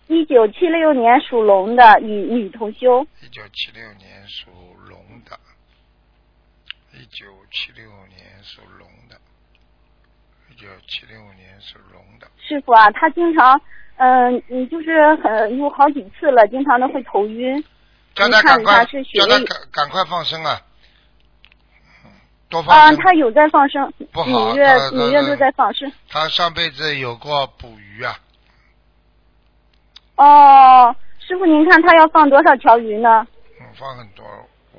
[SPEAKER 10] 一九七六年属龙的女女同修，
[SPEAKER 1] 一九七六年属龙的，一九七六年属龙的，一九七六年属龙的。
[SPEAKER 10] 师傅啊，她经常，嗯、嗯，就是很有好几次了，经常的会头晕。
[SPEAKER 1] 叫
[SPEAKER 10] 您
[SPEAKER 1] 他赶
[SPEAKER 10] 看一
[SPEAKER 1] 快，
[SPEAKER 10] 下是血
[SPEAKER 1] 叫他
[SPEAKER 10] 液
[SPEAKER 1] 赶赶快放生啊！多放
[SPEAKER 10] 啊，
[SPEAKER 1] 生。
[SPEAKER 10] 她有在放生，
[SPEAKER 1] 不好
[SPEAKER 10] 每月
[SPEAKER 1] 呃
[SPEAKER 10] 每月
[SPEAKER 1] 呃
[SPEAKER 10] 都在放生。
[SPEAKER 1] 他上辈子有过捕鱼啊，
[SPEAKER 10] 哦，师傅，您看他要放多少条鱼呢？
[SPEAKER 1] 嗯，放很多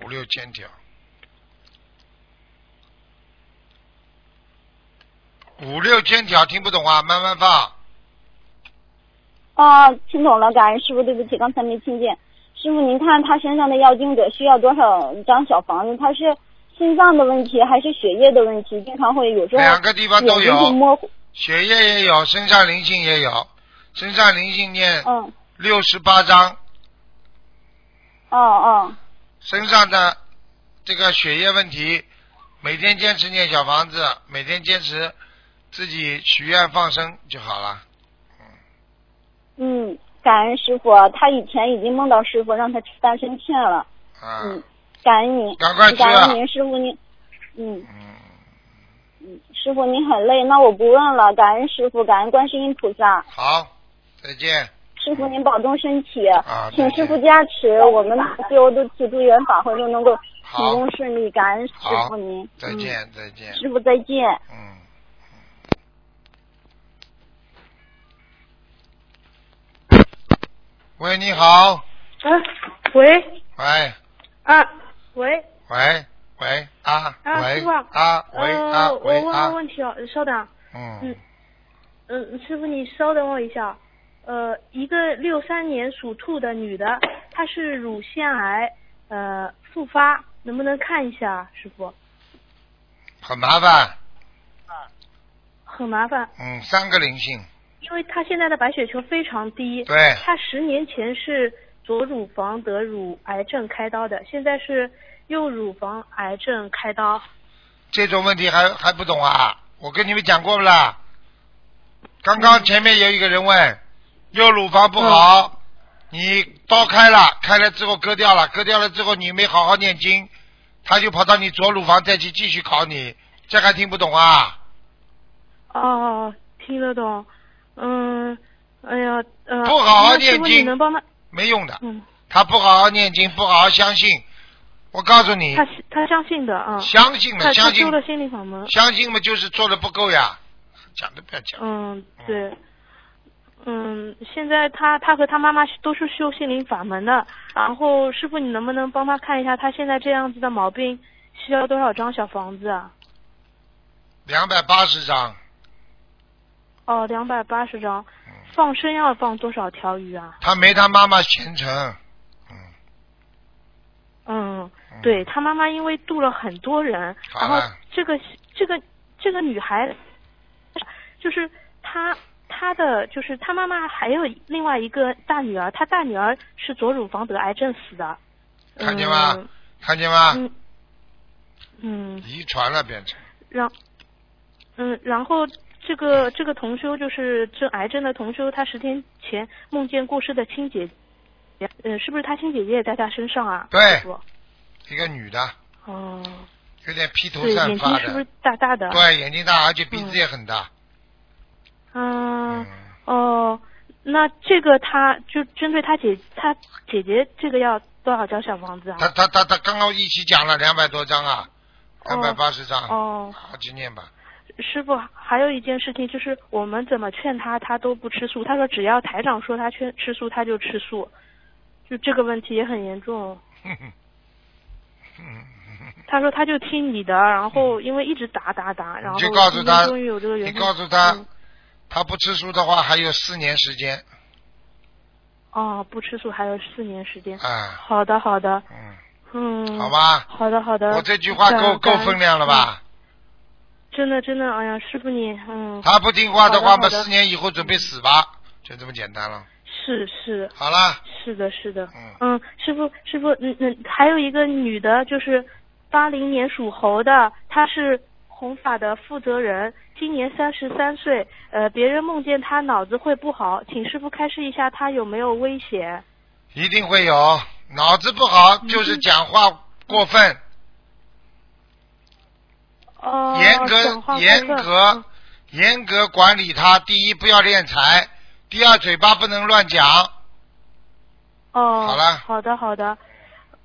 [SPEAKER 1] 五六千条，五六千条听不懂啊，慢慢放。
[SPEAKER 10] 哦，听懂了，感恩师傅，对不起，刚才没听见。师傅，您看他身上的要经者需要多少张小房子？他是心脏的问题还是血液的问题？经常会有时候
[SPEAKER 1] 两个地方都
[SPEAKER 10] 眼睛
[SPEAKER 1] 有
[SPEAKER 10] 会模糊。
[SPEAKER 1] 血液也有，身上灵性也有，身上灵性念
[SPEAKER 10] 嗯，
[SPEAKER 1] 六十八章，
[SPEAKER 10] 哦哦，
[SPEAKER 1] 身上的这个血液问题，每天坚持念小房子，每天坚持自己许愿放生就好了。
[SPEAKER 10] 嗯，感恩师傅，他以前已经梦到师傅让他吃丹参片了。
[SPEAKER 1] 啊，
[SPEAKER 10] 嗯，感恩您，
[SPEAKER 1] 赶快吃
[SPEAKER 10] 感
[SPEAKER 1] 啊
[SPEAKER 10] 恩您，师傅您，嗯，嗯，师傅您很累，那我不问了，感恩师傅，感恩观世音菩萨。
[SPEAKER 1] 好，再见。
[SPEAKER 10] 师傅您保重身体，
[SPEAKER 1] 啊
[SPEAKER 10] 请
[SPEAKER 1] 再见
[SPEAKER 10] 师傅加持，我们所有的土著缘法会都能够成
[SPEAKER 1] 好
[SPEAKER 10] 功顺利，感恩师
[SPEAKER 1] 好
[SPEAKER 10] 傅您，，嗯
[SPEAKER 1] 再见，再见。
[SPEAKER 10] 师傅再见。
[SPEAKER 1] 嗯。喂，你好，
[SPEAKER 11] 啊，喂，
[SPEAKER 1] 喂，
[SPEAKER 11] 啊，喂，
[SPEAKER 1] 喂，喂，啊，
[SPEAKER 11] 啊
[SPEAKER 1] 喂
[SPEAKER 11] 师傅，
[SPEAKER 1] 啊，喂，啊
[SPEAKER 11] 呃，，
[SPEAKER 1] 喂
[SPEAKER 11] 我，问
[SPEAKER 1] 啊
[SPEAKER 11] 个，问题哦，稍等啊，
[SPEAKER 1] 嗯，
[SPEAKER 11] 嗯，师傅你稍等我一下，呃，一个六三年属兔的女的，她是乳腺癌，呃，复发，能不能看一下，啊师傅？
[SPEAKER 1] 很麻烦，
[SPEAKER 11] 很麻烦，
[SPEAKER 1] 嗯，三个灵性，
[SPEAKER 11] 因为她现在的白血球非常低，
[SPEAKER 1] 对
[SPEAKER 11] 她十年前是左乳房得乳癌症开刀的，现在是右乳房癌症开刀，
[SPEAKER 1] 这种问题还还不懂啊？我跟你们讲过不啦？刚
[SPEAKER 11] 嗯
[SPEAKER 1] 刚前面有一个人问，右乳房不好，你刀开了，开了之后割掉了，割掉了之后你没好好念经，他就跑到你左乳房再去继续考你，这还听不懂啊？
[SPEAKER 11] 哦，听得懂。嗯，哎呀，呃，
[SPEAKER 1] 不好好
[SPEAKER 11] 那师
[SPEAKER 1] 念
[SPEAKER 11] 傅
[SPEAKER 1] 经
[SPEAKER 11] 你能帮他？
[SPEAKER 1] 没用的，
[SPEAKER 11] 嗯，
[SPEAKER 1] 他不好好念经，不好好相信。我告诉你
[SPEAKER 11] 他，他相信的啊，
[SPEAKER 1] 相信了，
[SPEAKER 11] 他他
[SPEAKER 1] 相信
[SPEAKER 11] 修，了心理法门。
[SPEAKER 1] 相信嘛，就是做的不够呀。讲都不要讲，
[SPEAKER 11] 嗯，对。嗯，现在他他和他妈妈都是修心灵法门的。然后师傅，你能不能帮他看一下他现在这样子的毛病需要多少张小房子啊？
[SPEAKER 1] 两百八十张，
[SPEAKER 11] 哦，两百八十张。放生要放多少条鱼啊？
[SPEAKER 1] 他没他妈妈虔诚。
[SPEAKER 11] 嗯，对他妈妈因为度了很多人，
[SPEAKER 1] 好
[SPEAKER 11] 然后
[SPEAKER 1] 了
[SPEAKER 11] 这个这个这个女孩，就是她她的就是她妈妈还有另外一个大女儿，她大女儿是左乳房得癌症死的。嗯
[SPEAKER 1] 看见吗？看见吗？
[SPEAKER 11] 嗯嗯，
[SPEAKER 1] 遗传了变成。
[SPEAKER 11] 然，嗯，然后这个这个同修就是这癌症的同修，他十天前梦见过世的亲姐姐，嗯，是不是他亲姐姐也在他身上啊？
[SPEAKER 1] 对
[SPEAKER 11] 师傅
[SPEAKER 1] 一个女的，
[SPEAKER 11] 哦，
[SPEAKER 1] 有点披头
[SPEAKER 11] 对，
[SPEAKER 1] 散
[SPEAKER 11] 眼睛
[SPEAKER 1] 发
[SPEAKER 11] 是不
[SPEAKER 1] 的
[SPEAKER 11] 是，大大的？啊
[SPEAKER 1] 对，眼睛大，而且鼻子也很大，
[SPEAKER 11] 嗯，哦，那这个他就针对他姐他姐姐这个要多少张小房子啊？
[SPEAKER 1] 他他他他刚刚一起讲了两百多张啊，两百八十张，
[SPEAKER 11] 哦，
[SPEAKER 1] 好几念
[SPEAKER 11] [laughs]
[SPEAKER 1] 吧，
[SPEAKER 11] 师傅，还有一件事情就是我们怎么劝他，他都不吃素。他说只要台长说他劝吃素，他就吃素。就这个问题也很严重。他说他就听你的，然后因为一直打打打，然后
[SPEAKER 1] 嗯你就告诉
[SPEAKER 11] 今天
[SPEAKER 1] 他
[SPEAKER 11] 终于有这个缘
[SPEAKER 1] 你
[SPEAKER 11] 分。嗯
[SPEAKER 1] 告诉他，他不吃素的话还有四年时间
[SPEAKER 11] 哦，不吃素还有四年时间。
[SPEAKER 1] 啊，
[SPEAKER 11] 好的，好的。
[SPEAKER 1] 嗯。
[SPEAKER 11] 嗯。
[SPEAKER 1] 好吧
[SPEAKER 11] 好的，好的。
[SPEAKER 1] 我这句话
[SPEAKER 11] 感
[SPEAKER 1] 够
[SPEAKER 11] 恩
[SPEAKER 1] 够分量了？
[SPEAKER 11] 感恩
[SPEAKER 1] 吧？
[SPEAKER 11] 真的，真的，哎呀，师傅你，嗯。
[SPEAKER 1] 他不听话
[SPEAKER 11] 的
[SPEAKER 1] 话嘛，
[SPEAKER 11] 好的
[SPEAKER 1] 四年以后准备死吧，就这么简单了。
[SPEAKER 11] 是是。
[SPEAKER 1] 好啦，
[SPEAKER 11] 是的，是的。嗯，师傅，师傅，嗯嗯，还有一个女的，就是八零年属猴的，她是弘法的负责人，今年三十三岁。呃，别人梦见她脑子会不好，请师傅开示一下，她有没有危险？
[SPEAKER 1] 一定会有，脑子不好
[SPEAKER 11] 嗯
[SPEAKER 1] 就是讲话过分，嗯
[SPEAKER 11] 哦、
[SPEAKER 1] 严
[SPEAKER 11] 讲话
[SPEAKER 1] 格
[SPEAKER 11] 过
[SPEAKER 1] 严
[SPEAKER 11] 分嗯
[SPEAKER 1] 格严格管理他。第一，不要敛财；第二，嘴巴不能乱讲。
[SPEAKER 11] 哦，
[SPEAKER 1] 好了
[SPEAKER 11] 好的，好的。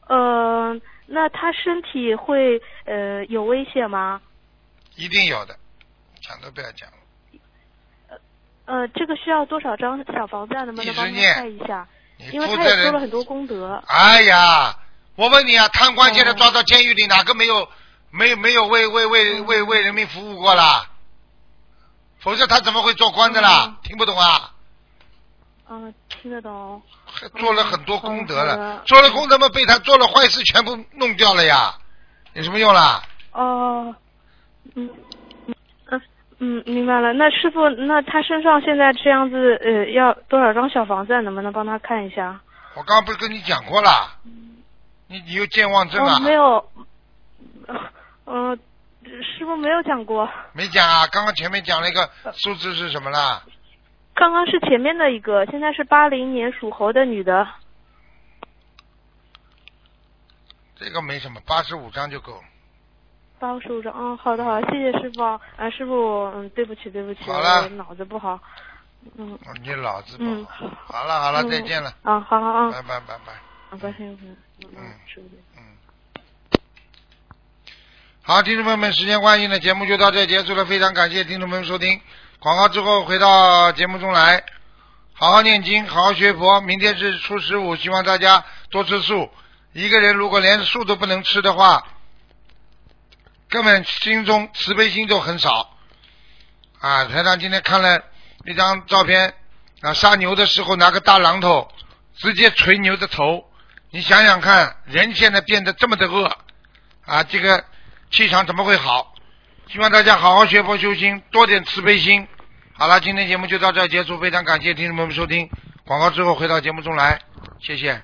[SPEAKER 11] 呃，那她身体会呃有危险吗？
[SPEAKER 1] 一定有的，讲都不要讲了。
[SPEAKER 11] 呃，这个需要多少张小房子啊？能不能
[SPEAKER 1] 一直
[SPEAKER 11] 帮她
[SPEAKER 1] 念
[SPEAKER 11] 看一下？
[SPEAKER 1] 你
[SPEAKER 11] 因为
[SPEAKER 1] 负
[SPEAKER 11] 她
[SPEAKER 1] 责
[SPEAKER 11] 也做了
[SPEAKER 1] 人，
[SPEAKER 11] 很多功德。
[SPEAKER 1] 哎呀，我问你啊，贪官
[SPEAKER 11] 哦
[SPEAKER 1] 现在抓到监狱里，哪个没有没有没有为为
[SPEAKER 11] 嗯
[SPEAKER 1] 为为为人民服务过啦？否则他怎么会做官的啦？听不懂啊？
[SPEAKER 11] 嗯、听得懂。
[SPEAKER 1] 做了很多功德
[SPEAKER 11] 好的好
[SPEAKER 1] 了
[SPEAKER 11] 的，
[SPEAKER 1] 做了功德嘛，被他做了坏事全部弄掉了呀，有什么用啦？
[SPEAKER 11] 哦，嗯，嗯嗯，明白了。那师傅，那他身上现在这样子，呃，要多少张小房子啊？能不能帮他看一下？
[SPEAKER 1] 我刚刚不是跟你讲过啦？你你有健忘症啊
[SPEAKER 11] 哦、？没有，嗯、呃，师傅没有讲过。
[SPEAKER 1] 没讲啊？刚刚前面讲了一个数字是什么啦？
[SPEAKER 11] 刚刚是前面的一个，现在是八零年属猴的女的。
[SPEAKER 1] 这个没什么，八十五张就够了。
[SPEAKER 11] 八十五张，嗯，好的好的，谢谢师傅啊，啊师傅，嗯，对不起对不起，
[SPEAKER 1] 好了
[SPEAKER 11] 我脑子不好，嗯
[SPEAKER 1] 哦你老子
[SPEAKER 11] 嗯，
[SPEAKER 1] 不好。好了好了，
[SPEAKER 11] 嗯
[SPEAKER 1] 再见了。
[SPEAKER 11] 啊，好好啊，
[SPEAKER 1] 拜拜拜拜。
[SPEAKER 11] 好拜谢谢嗯，师傅。
[SPEAKER 1] 好，听众朋友们，时间关系呢，节目就到这结束了。非常感谢听众朋友收听。广告之后回到节目中来，好好念经，好好学佛。明天是初十五，希望大家多吃素。一个人如果连素都不能吃的话，根本心中慈悲心就很少。啊，台长今天看了一张照片，啊，杀牛的时候拿个大榔头直接捶牛的头，你想想看，人现在变得这么的恶，啊，这个气场怎么会好？希望大家好好学佛修心，多点慈悲心。好了，今天节目就到这儿结束，非常感谢听众朋友们收听。广告之后回到节目中来，谢谢。